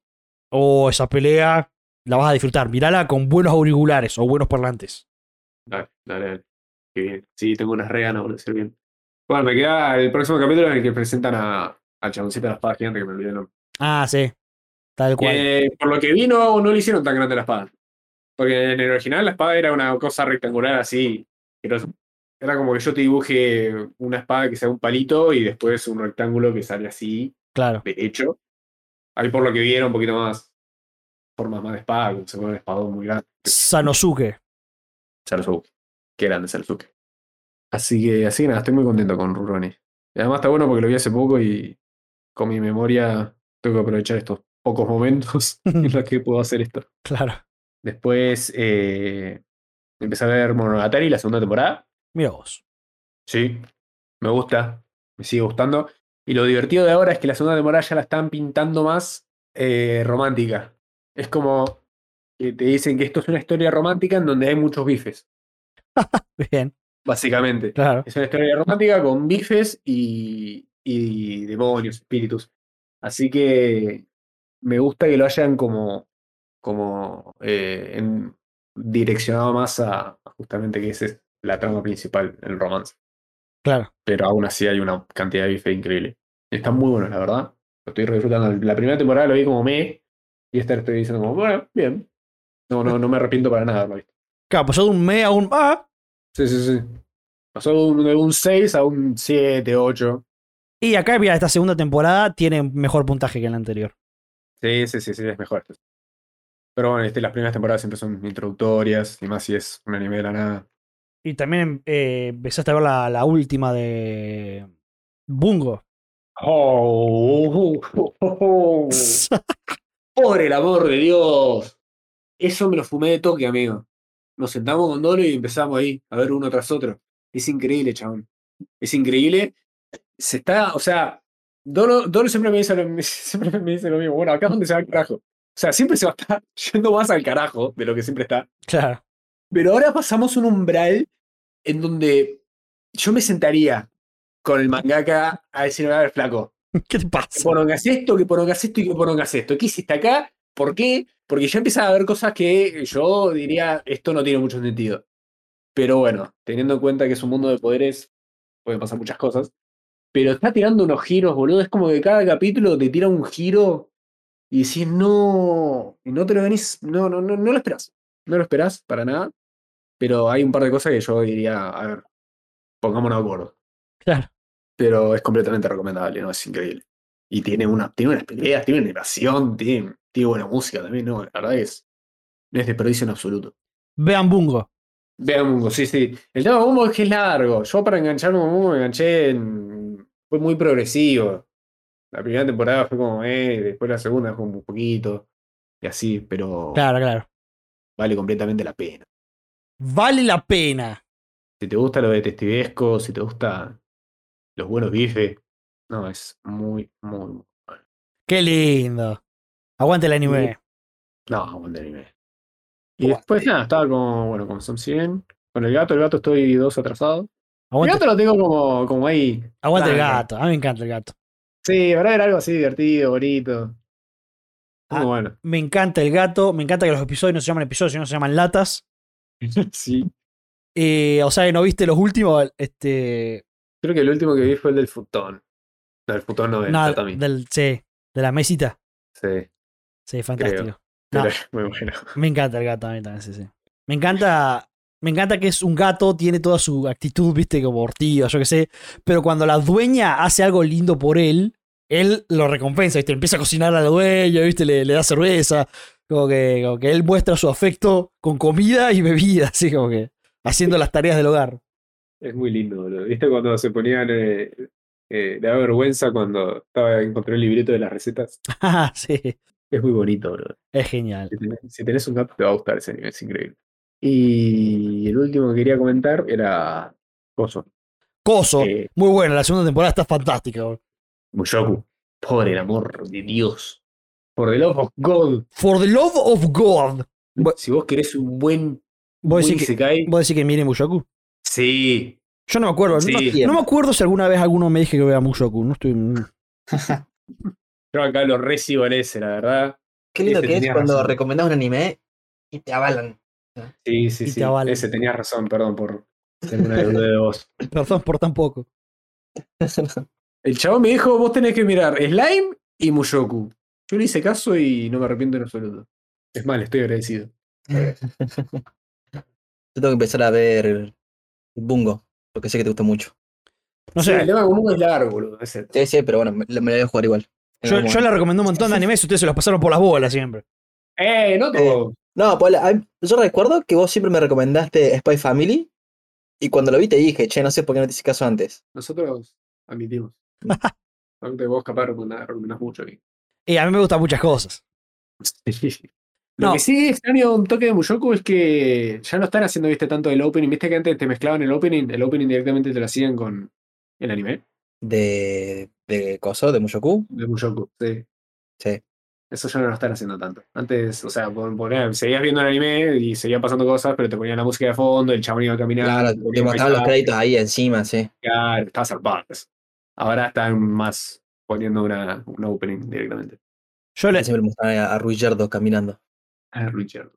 A: Oh, esa pelea la vas a disfrutar. Mirala con buenos auriculares o buenos parlantes.
B: Dale, dale, dale. Qué bien. Sí, tengo unas re ganas, boludo, de ser bien. Bueno, me queda el próximo capítulo en el que presentan a, al chaboncito de la espada gigante que me olvidé el nombre.
A: Ah, sí. Tal cual.
B: Eh, por lo que vi, no, no le hicieron tan grande la espada. Porque en el original la espada era una cosa rectangular así. Pero era como que yo te dibuje una espada que sea un palito y después un rectángulo que sale así,
A: claro.
B: derecho. Ahí por lo que vi era un poquito más formas más de espada, como se fue un espadón muy grande.
A: Sanosuke. <laughs>
B: Sarsuke. Qué grande Sarsuke. Así que, así que nada, estoy muy contento con Ruroni. Y además está bueno porque lo vi hace poco y con mi memoria tengo que aprovechar estos pocos momentos <laughs> en los que puedo hacer esto.
A: Claro.
B: Después eh, empecé a ver Monogatari, la segunda temporada.
A: Mira vos.
B: Sí, me gusta, me sigue gustando. Y lo divertido de ahora es que la segunda temporada ya la están pintando más eh, romántica. Es como que te dicen que esto es una historia romántica en donde hay muchos bifes,
A: Bien,
B: básicamente.
A: claro.
B: Es una historia romántica con bifes y, y demonios, espíritus. Así que me gusta que lo hayan como, como eh, en- direccionado más a a justamente que esa es la trama principal, el romance.
A: Claro.
B: Pero aún así hay una cantidad de bifes increíble. Están muy buenos, la verdad. Lo estoy re disfrutando. La primera temporada lo vi como me y esta la estoy diciendo como, bueno, bien. No, no, no me arrepiento para nada, lo vi.
A: Claro, pues pasó de un me a un. Ah,
B: Sí, sí, sí. Pasó de un, de un 6 a un 7, 8.
A: Y acá, mira, esta segunda temporada tiene mejor puntaje que en la anterior.
B: Sí, sí, sí, sí, es mejor. Pero bueno, este, las primeras temporadas siempre son introductorias, y más si es un anime de la nada.
A: Y también eh, empezaste a ver la, la última de Bungo.
B: Oh, <laughs> oh, oh, oh. Por el amor de Dios. Eso me lo fumé de toque, amigo. Nos sentamos con Dolo y empezamos ahí a ver uno tras otro. Es increíble, chabón. Es increíble. Se está, o sea, Dolo, Dolo siempre, me dice lo, <laughs> me- siempre me dice lo mismo. Bueno, acá es donde se va el carajo. O sea, siempre se va a estar <laughs> yendo más al carajo de lo que siempre está.
A: <laughs> Claro. <laughs>
B: Pero ahora pasamos un umbral en donde yo me sentaría con el mangaka a decirme, a ver, flaco,
A: ¿Qué te
B: que
A: pasa?
B: porongas esto, que porongas esto y que porongas esto. ¿Qué hiciste acá? ¿Por qué? Porque ya empiezan a haber cosas que yo diría, esto no tiene mucho sentido. Pero bueno, teniendo en cuenta que es un mundo de poderes, pueden pasar muchas cosas. Pero está tirando unos giros, boludo. Es como que cada capítulo te tira un giro y decís, no, y no te lo venís, no, no, no, no lo esperás. No lo esperás para nada. Pero hay un par de cosas que yo diría, a ver, pongámonos de acuerdo
A: Claro.
B: pero es completamente recomendable, ¿no? Es increíble. Y tiene, una, tiene unas peleas, tiene una animación, tiene, tiene buena música también, ¿no? La verdad que es, no es desperdicio en absoluto.
A: Vean Bungo.
B: Vean Mungo, sí, sí. El tema de Mungo es que es largo. Yo para engancharme con Mungo me enganché en... Fue muy progresivo. La primera temporada fue como, eh, después la segunda fue un poquito, y así, pero
A: Claro, claro.
B: vale completamente la pena.
A: Vale la pena.
B: Si te gusta lo detectivesco, si te gusta los buenos bifes, no, es muy, muy...
A: Qué lindo. Aguante el anime.
B: No, buen anime. Y
A: eh,
B: después nada, estaba como, bueno, con Som 100, con el gato, el gato estoy dos atrasado. El
A: Aguante,
B: gato lo tengo como, como ahí.
A: aguante el
B: nada.
A: gato. A mí me encanta el gato.
B: Sí, para ver algo así divertido, bonito. Muy
A: Ah.
B: bueno. <laughs>
A: Me encanta el gato. Me encanta que los episodios no se llaman episodios, sino se llaman latas.
B: Sí.
A: Eh, o sea, que no viste los últimos. Este.
B: Creo que el último que vi fue el del futón. No, el futón 90
A: nada,
B: también.
A: del, sí, de la mesita.
B: Sí.
A: Sí, fantástico. No.
B: Pero es <laughs> muy bueno.
A: Me encanta el gato a mí también, sí, sí. Me encanta. Me encanta que es un gato, tiene toda su actitud, viste, como ortido, yo qué sé. Pero cuando la dueña hace algo lindo por él, él lo recompensa, viste, empieza a cocinar a la dueña, viste, le, le da cerveza. Como que, como que él muestra su afecto con comida y bebida, <laughs> así como que haciendo las tareas del hogar. <laughs>
B: Es muy lindo, boludo. ¿Viste cuando se ponían... Eh, eh, le da vergüenza cuando estaba encontré el libreto de las recetas?
A: Ah, sí,
B: Es muy bonito, bro.
A: es genial.
B: Si tenés, si tenés un gato, te va a gustar ese anime, es increíble. Y el último que quería comentar era Coso.
A: Coso,
B: eh,
A: muy bueno, la segunda temporada está fantástica. bro.
B: Mushoku. Por el amor de Dios. Por el love of God.
A: For the love of God. Bu-
B: Si vos querés un buen,
A: ¿Vos
B: buen
A: decís, que,
B: isekai,
A: ¿Vos decís que miren Mushoku?
B: sí.
A: Yo no me acuerdo. no-
B: Sí.
A: No, me acuerdo si alguna vez alguno me dije que vea Mushoku. No estoy. mm,
B: Yo acá lo recibo en ese, la verdad.
C: <laughs> Qué lindo
B: Ese
C: que es
B: tenía
C: cuando
B: razón.
C: recomendás un anime y te avalan. <laughs>
B: Sí, sí,
A: Y te
B: sí.
A: avalan.
B: Ese tenías razón, perdón por ser una duda de vos.
A: Perdón por tan poco.
B: El chavo me dijo, vos tenés que mirar Slime y Mushoku. Yo le hice caso y no me arrepiento en absoluto. Es mal, estoy agradecido.
C: <laughs> Yo tengo que empezar a ver Bungo, porque sé que te gusta mucho.
A: No
B: Sí,
A: sé.
B: el tema común es largo, boludo. Es el-
C: Sí, sí, pero bueno, me, me lo voy a jugar igual. en
A: Yo, yo
C: algún momento.
A: le recomiendo un montón de animes y ustedes se los pasaron por las bolas siempre.
B: ¡Eh! No todo.
C: No, pues la- a- yo recuerdo que vos siempre me recomendaste Spy Family y cuando lo vi te dije, che, no sé por qué no te hice caso antes.
B: Nosotros admitimos. No te vos capaz recomendás, recomendás mucho aquí.
A: Y a mí me gustan muchas cosas.
B: Lo
A: No.
B: que sí extraño un toque de Mushoku es que ya no están haciendo, viste, tanto el opening. Viste que antes te mezclaban el opening, el opening directamente te lo hacían con el anime
C: De, de Coso, de Mushoku.
B: de Mushoku. Sí.
C: Sí.
B: Eso ya no lo están haciendo tanto. Antes, o sea, pon- ponían- seguías viendo el anime y seguían pasando cosas, pero te ponían la música de fondo, el chabón iba
C: Claro,
B: caminando.
C: te
B: ponía un
C: mostraban los
B: paisaje.
C: créditos ahí encima, sí.
B: Claro, estaba zarpado eso. Ahora están más poniendo una, un opening directamente.
A: Yo le,
C: Siempre mostraban a, a Ruggerdo caminando. <laughs>
B: Ah, Richard.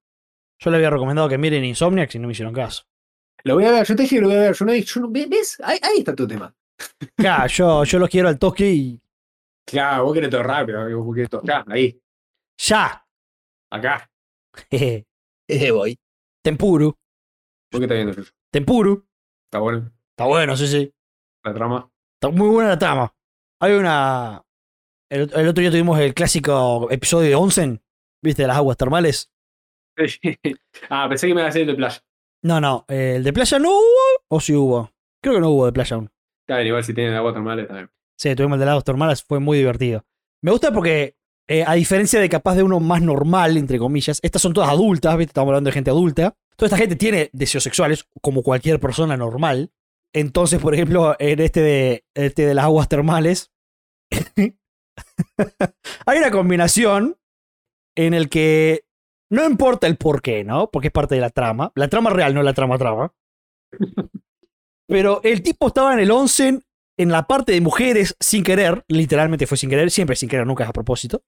A: yo le había recomendado que miren Insomniac y no me hicieron caso.
B: Lo voy a ver, yo te dije que lo voy a ver. Yo no, yo no- ¿Ves? Ahí, ahí está tu tema.
A: Claro, yo, yo los quiero al toque y.
B: Claro, vos querés todo rápido, amigo, vos querés todo acá, ahí,
A: ¡Ya! <laughs>
B: acá.
A: Jeje.
C: Eh, voy.
A: Tempuru.
B: ¿Vos qué estás viendo, Yuyo?
A: Tempuru.
B: ¿Está bueno
A: Está bueno, sí, sí.
B: la trama?
A: Está muy buena la trama. Hay una. El, el otro día tuvimos el clásico episodio de Onsen, ¿viste? De las aguas termales.
B: <laughs> ah, pensé que me iba a hacer el de playa.
A: No, no. ¿El de playa no hubo? ¿O sí hubo? Creo que no hubo de playa aún.
B: Está bien, igual si tienen agua termal está bien.
A: Sí, tuvimos el de las aguas termales, fue muy divertido. Me gusta porque, eh, a diferencia de capaz de uno más normal, entre comillas, estas son todas adultas, ¿viste? Estamos hablando de gente adulta. Toda esta gente tiene deseos sexuales, como cualquier persona normal. Entonces, por ejemplo, en este de, este de las aguas termales, <laughs> hay una combinación en el que no importa el por qué, ¿no? Porque es parte de la trama. La trama real, no la trama trama. Pero el tipo estaba en el onsen, en la parte de mujeres, sin querer, literalmente fue sin querer, siempre sin querer, nunca es a propósito,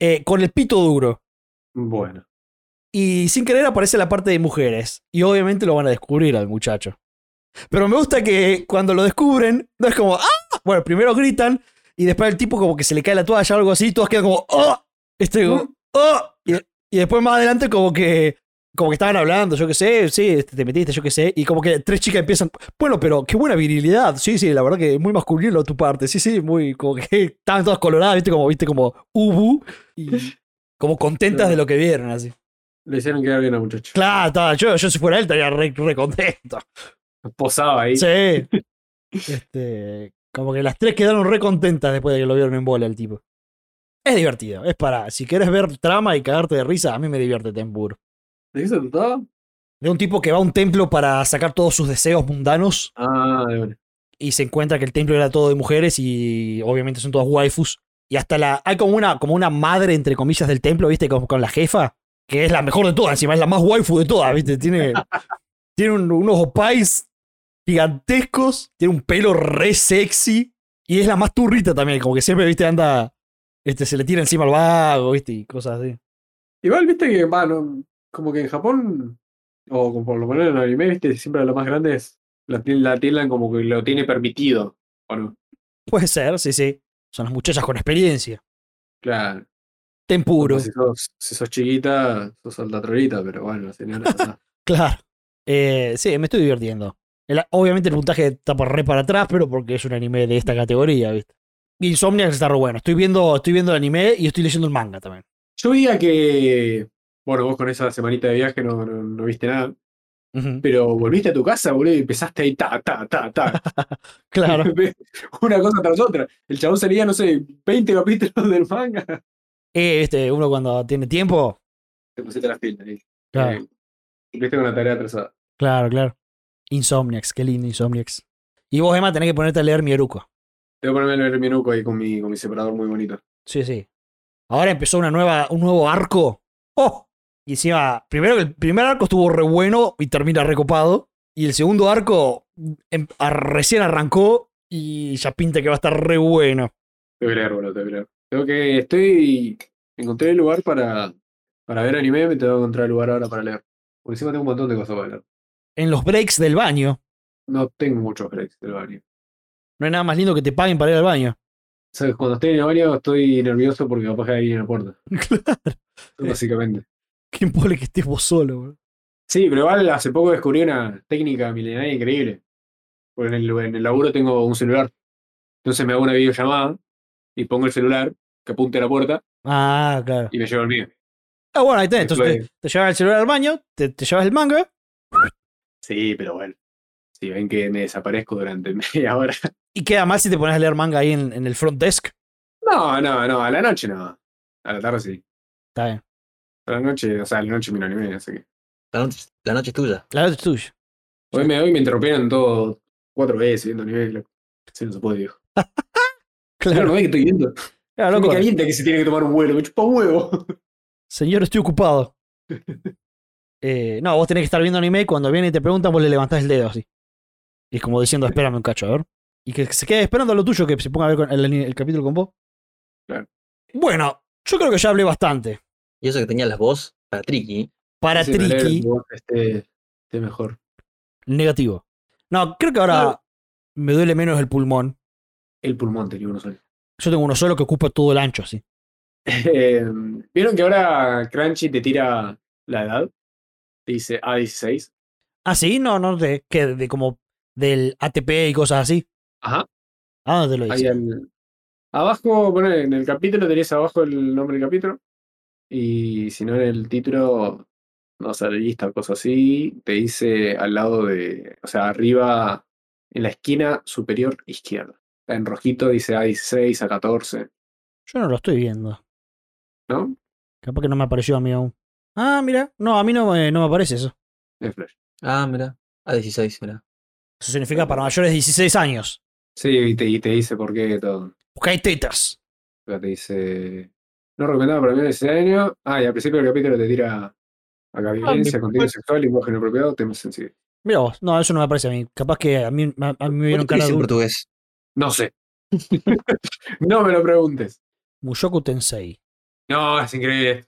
A: eh, con el pito duro.
B: Bueno.
A: Y sin querer aparece la parte de mujeres. Y obviamente lo van a descubrir al muchacho. Pero me gusta que cuando lo descubren, no es como, ¡ah! Bueno, primero gritan y después el tipo como que se le cae la toalla o algo así y todos quedan como, ¡oh! Este como, ¡oh! Y, y después más adelante como que, como que estaban hablando, yo qué sé, sí, este, te metiste, yo qué sé. Y como que tres chicas empiezan, bueno, pero qué buena virilidad. Sí, sí, la verdad que muy masculino tu parte. Sí, sí, muy, como que <laughs> estaban todas coloradas, viste, como, viste, como, ubu. Y como contentas de lo que vieron, así.
B: Le hicieron quedar bien al muchacho.
A: Claro, estaba- yo, yo si fuera él estaría re, re contento.
B: Posaba ahí.
A: Sí. Este, como que las tres quedaron re contentas después de que lo vieron en bola el tipo. Es divertido, es para. Si quieres ver trama y cagarte de risa, a mí me divierte Tempur.
D: ¿De qué se trataba?
A: De un tipo que va a un templo para sacar todos sus deseos mundanos
B: Ah, de una.
A: y se encuentra que el templo era todo de mujeres y obviamente son todas waifus. Y hasta la. Hay como una, como una madre, entre comillas, del templo, ¿viste? Con, con la jefa, que es la mejor de todas, encima es la más waifu de todas, ¿viste? Tiene, tiene un- unos opais gigantescos, tiene un pelo re sexy y es la más turrita también, como que siempre, ¿viste? Anda. Este, se le tira encima al vago, ¿viste? Y cosas así.
D: Igual, viste que, va, no- como que en Japón, o como por lo menos en el anime, viste, siempre los más grandes la ti- la tildan como que lo tiene permitido, ¿o no?
A: Puede ser, sí, sí. Son las muchachas con experiencia.
D: Claro.
A: Tempuro.
D: Si sos, si sos chiquita, sos altatrolita, pero bueno, señora. está.
A: Claro. Eh, sí, me estoy divirtiendo. El- obviamente el puntaje está por re para atrás, pero porque es un anime de esta categoría, ¿viste? Insomniac está re bueno. Estoy viendo, estoy viendo el anime y estoy leyendo el manga también.
B: Yo veía que. Bueno, vos con esa semanita de viaje no, no, no viste nada.
A: Ujú,
B: Pero volviste a tu casa, boludo, y empezaste ahí, ta, ta, ta, ta.
A: <laughs> Claro.
B: <laughs> Una cosa tras otra. El chabón sería, no sé, 20 capítulos del manga.
A: Eh, este, uno cuando tiene tiempo.
B: Te pusiste las pilas ahí.
A: Claro,
B: Eh, Cumpliste con la tarea atrasada.
A: claro, claro. Insomniacs, qué lindo Insomniacs. Y vos, Emma, tenés que ponerte a leer Mieruko.
B: Debo ponerme a leer mi nuco ahí con mi, con mi separador muy bonito.
A: Sí, sí. Ahora empezó una nueva, un nuevo arco. ¡Oh! Y encima, primero el primer arco estuvo re bueno y termina recopado. Y el segundo arco em- a- recién arrancó y ya pinta que va a estar re bueno.
B: Tengo que leer, boludo, tengo que leer. Tengo que. Estoy. Encontré el lugar para, para ver anime, me tengo que encontrar el lugar ahora para leer. Por encima tengo un montón de cosas para leer.
A: En los breaks del baño.
B: No tengo muchos breaks del baño.
A: No hay nada más lindo que te paguen para ir al baño. <laughs>
B: ¿Sabes? Cuando estoy en el baño estoy nervioso porque capaz que hay alguien en la puerta.
A: Claro.
B: Básicamente.
A: Qué impone que estés vos solo, bro.
B: Sí, pero igual hace poco descubrí una técnica milenaria increíble. Porque en el, en el laburo tengo un celular. Entonces me hago una videollamada y pongo el celular que apunte a la puerta
A: Ah, claro.
B: y me llevo el mío.
A: Ah, bueno, ahí tenés. Entonces te, te llevas el celular al baño, te, te llevas el manga
B: Sí, pero bueno. Si ven que me desaparezco durante <laughs> media hora.
A: y queda mal si te pones a leer manga ahí en, en el front desk.
B: No, no, no, a la noche no. A la tarde sí.
A: Está bien.
B: A la noche, o sea, a la noche miro anime, así que.
C: La noche, la noche es tuya.
A: La verdad es tuya.
B: Hoy me, hoy me interrumpieron todo cuatro veces viendo anime, loco. Sí, no se puede, viejo. Claro,
A: Claro,
B: no ves que estoy viendo.
A: claro,
B: Me
A: Ah, loco.
B: calienta que se tiene que tomar un vuelo, me chupa un <laughs> huevo.
A: Señor, estoy
B: <laughs>
A: ocupado. Eh, no, vos tenés que estar viendo anime y cuando viene y te preguntan, vos le levantás el dedo así. Y es como diciendo, espérame un cacho, a ver. Y que se quede esperando lo tuyo, que se ponga a ver con- el, el capítulo con vos.
B: Claro.
A: Bueno, yo creo que ya hablé bastante.
C: Y eso que tenía las voz para Tricky.
A: Para
B: Sí, me
A: Tricky,
B: alegra que vos estés- estés mejor.
A: negativo. No, creo que ahora
B: Claro.
A: me duele menos el pulmón.
B: El pulmón tenía uno solo.
A: Yo tengo uno solo que ocupa todo el ancho, así.
B: Eh, ¿Vieron que ahora Crunchy te tira la edad? Te dice A16.
A: Ah, sí, no, no, de, que de como del ATP y cosas así.
B: Ajá.
A: Ah, ¿dónde te lo
B: Ahí
A: dice?
B: al- Abajo, bueno, en el capítulo tenés abajo el nombre del capítulo. Y si no, en el título, no sé, lista o cosas así, te dice al lado de, o sea, arriba, en la esquina superior izquierda. En rojito dice A16, A14,
A: Yo no lo estoy viendo.
B: ¿no?
A: Capaz que no me apareció a mí aún. Ah, mira. No, a mí no, me- no me aparece eso.
B: En flash.
C: Ah, mira. A 16 era.
A: Eso significa para mayores de 16 años.
B: Sí, y te, y te dice por qué todo.
A: Porque hay tetas.
B: Pero te dice. No recomendado para menores de ese año. Ah, y al principio del capítulo te tira acá violencia, contenido sexual, lenguaje no apropiado, temas sensibles.
A: Mira vos. No, eso no me aparece a mí. Capaz que a mí, a, a mí me vieron
C: ¿Qué
A: cara
C: dice
A: de
C: en
A: un
C: portugués?
B: No sé. <laughs> no me lo preguntes.
A: Mushoku Tensei.
B: No, es increíble.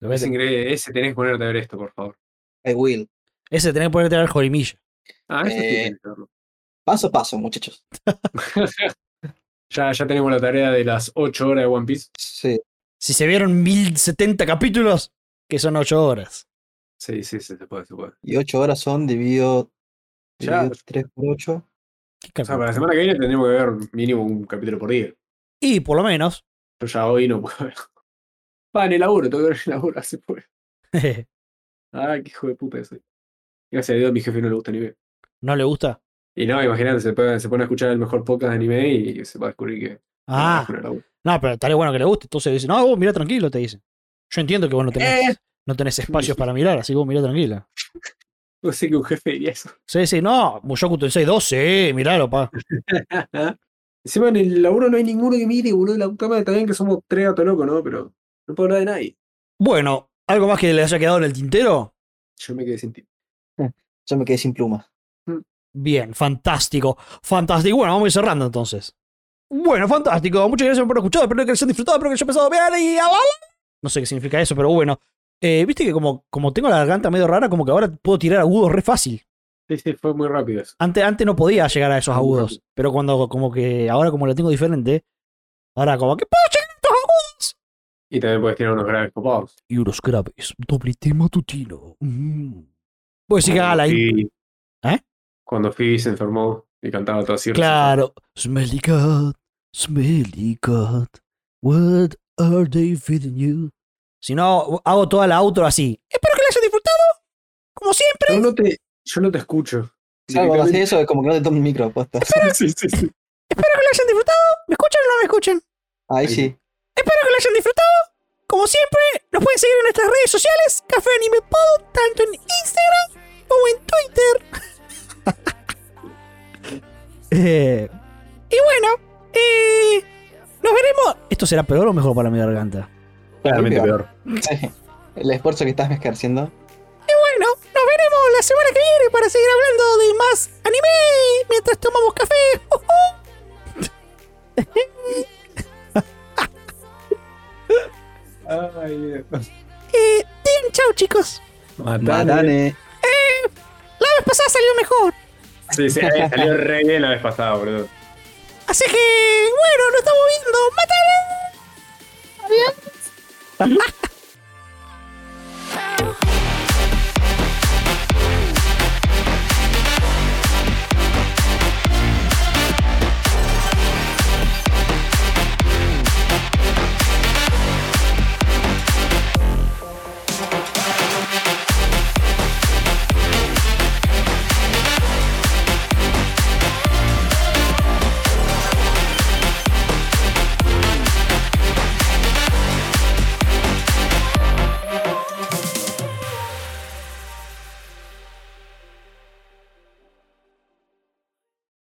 A: Lo
B: Es
A: ves-
B: increíble. Ese tenés que ponerte a ver esto, por favor.
C: I will.
A: Ese tenés que ponerte a ver Jorimilla.
B: Ah, eso sí
C: Eh.
B: tenés que verlo. <laughs>
C: Paso a paso, muchachos.
B: ya, ya tenemos la tarea de las 8 horas de One Piece.
C: Sí.
A: Si se vieron 1070 capítulos, que son 8 horas.
B: Sí, sí, sí, se puede, se puede.
C: Y 8 horas son dividido.
B: Ya. pues.
C: dividido 3 por 8.
A: ¿Qué
C: Ah,
B: O sea, para la
A: capítulo?
B: semana que viene tendremos que ver mínimo un capítulo por día.
A: Y por lo menos. <laughs>
B: Yo ya hoy no puedo ver. Va, en el laburo, tengo que ver en el laburo, así puede. Ah, qué hijo de puta soy. Gracias a Dios, a mi jefe no le gusta anime.
A: ¿No le gusta?
B: Y no, imagínate, se pone, se pone a escuchar el mejor podcast de anime y se va a descubrir que.
A: Ah,
B: que no la busca.
A: no, pero estaría bueno que le guste. Entonces dice, no, vos mirá tranquilo, te dice. Yo entiendo que vos no
C: Eh.
A: tenés, no tenés espacios para mirar, así que vos mirá tranquila.
B: No sé que un jefe diría eso.
A: Sí, sí, no, pues Mushoku Tensei 12, eh, miralo, pa.
B: ¿Ah? Encima en el laburo no hay ninguno que mire, boludo. La puta madre, también que somos tres gatos locos, ¿no? Pero no puedo hablar de nadie.
A: Bueno, ¿algo más que le haya quedado en el tintero?
B: Yo me quedé sin tiempo.
C: Yo me quedé sin plumas.
A: Bien, fantástico, fantástico. Bueno, vamos a ir cerrando entonces. Bueno, fantástico. Muchas gracias por escuchar. Espero que les hayan disfrutado. Espero que les haya pasado bien. Y a- No sé qué significa eso, pero bueno. Eh, Viste que como, como tengo la garganta medio rara, como que ahora puedo tirar agudos re fácil.
B: Sí, sí, fue muy rápido eso.
A: Antes, antes no podía llegar a esos
B: Muy
A: agudos.
B: rápido.
A: Pero cuando, como que ahora como lo tengo diferente, ahora como que puedo llegar a estos agudos.
B: Y también puedes tirar unos graves copados.
A: Y unos graves. Doble tema tutino. Mm. Pues sí que haga la in-
B: Phoebe-
A: ¿Eh?
B: Cuando Phoebe se enfermó y cantaba todo así.
A: Claro. Smelly cat, smelly cat, what are they feeding you? Si no, hago toda la outro así. Espero que la hayan disfrutado. Como siempre.
B: Yo no te, yo no te escucho.
C: ¿Sabes cuando haces eso? Es como que no te tomo el micro, aposta.
B: Sí, <laughs> sí, sí.
A: Espero que la hayan disfrutado. ¿Me escuchan o no me escuchan?
C: Ahí
B: Ahí.
C: sí.
A: Espero que la hayan disfrutado. Como siempre, nos pueden seguir en nuestras redes sociales. Café Anime Pod, tanto en Instagram como en Twitter. <laughs> Eh, y bueno, eh, nos veremos. ¿Esto será peor o mejor para mi garganta?
B: Claramente peor.
C: Sí. <laughs> El esfuerzo que estás escarciendo.
A: Bueno, nos veremos la semana que viene para seguir hablando de más anime mientras tomamos café. <laughs> Oh,
B: Ay, Dios.
A: Eh, bien, chao chicos.
B: Matane.
C: Matane.
A: La vez pasada salió mejor.
B: Sí, sí,
C: eh,
B: salió
C: salió
B: re bien la vez pasada, boludo.
A: Así que, bueno, nos estamos viendo. ¡Mátale! Adiós.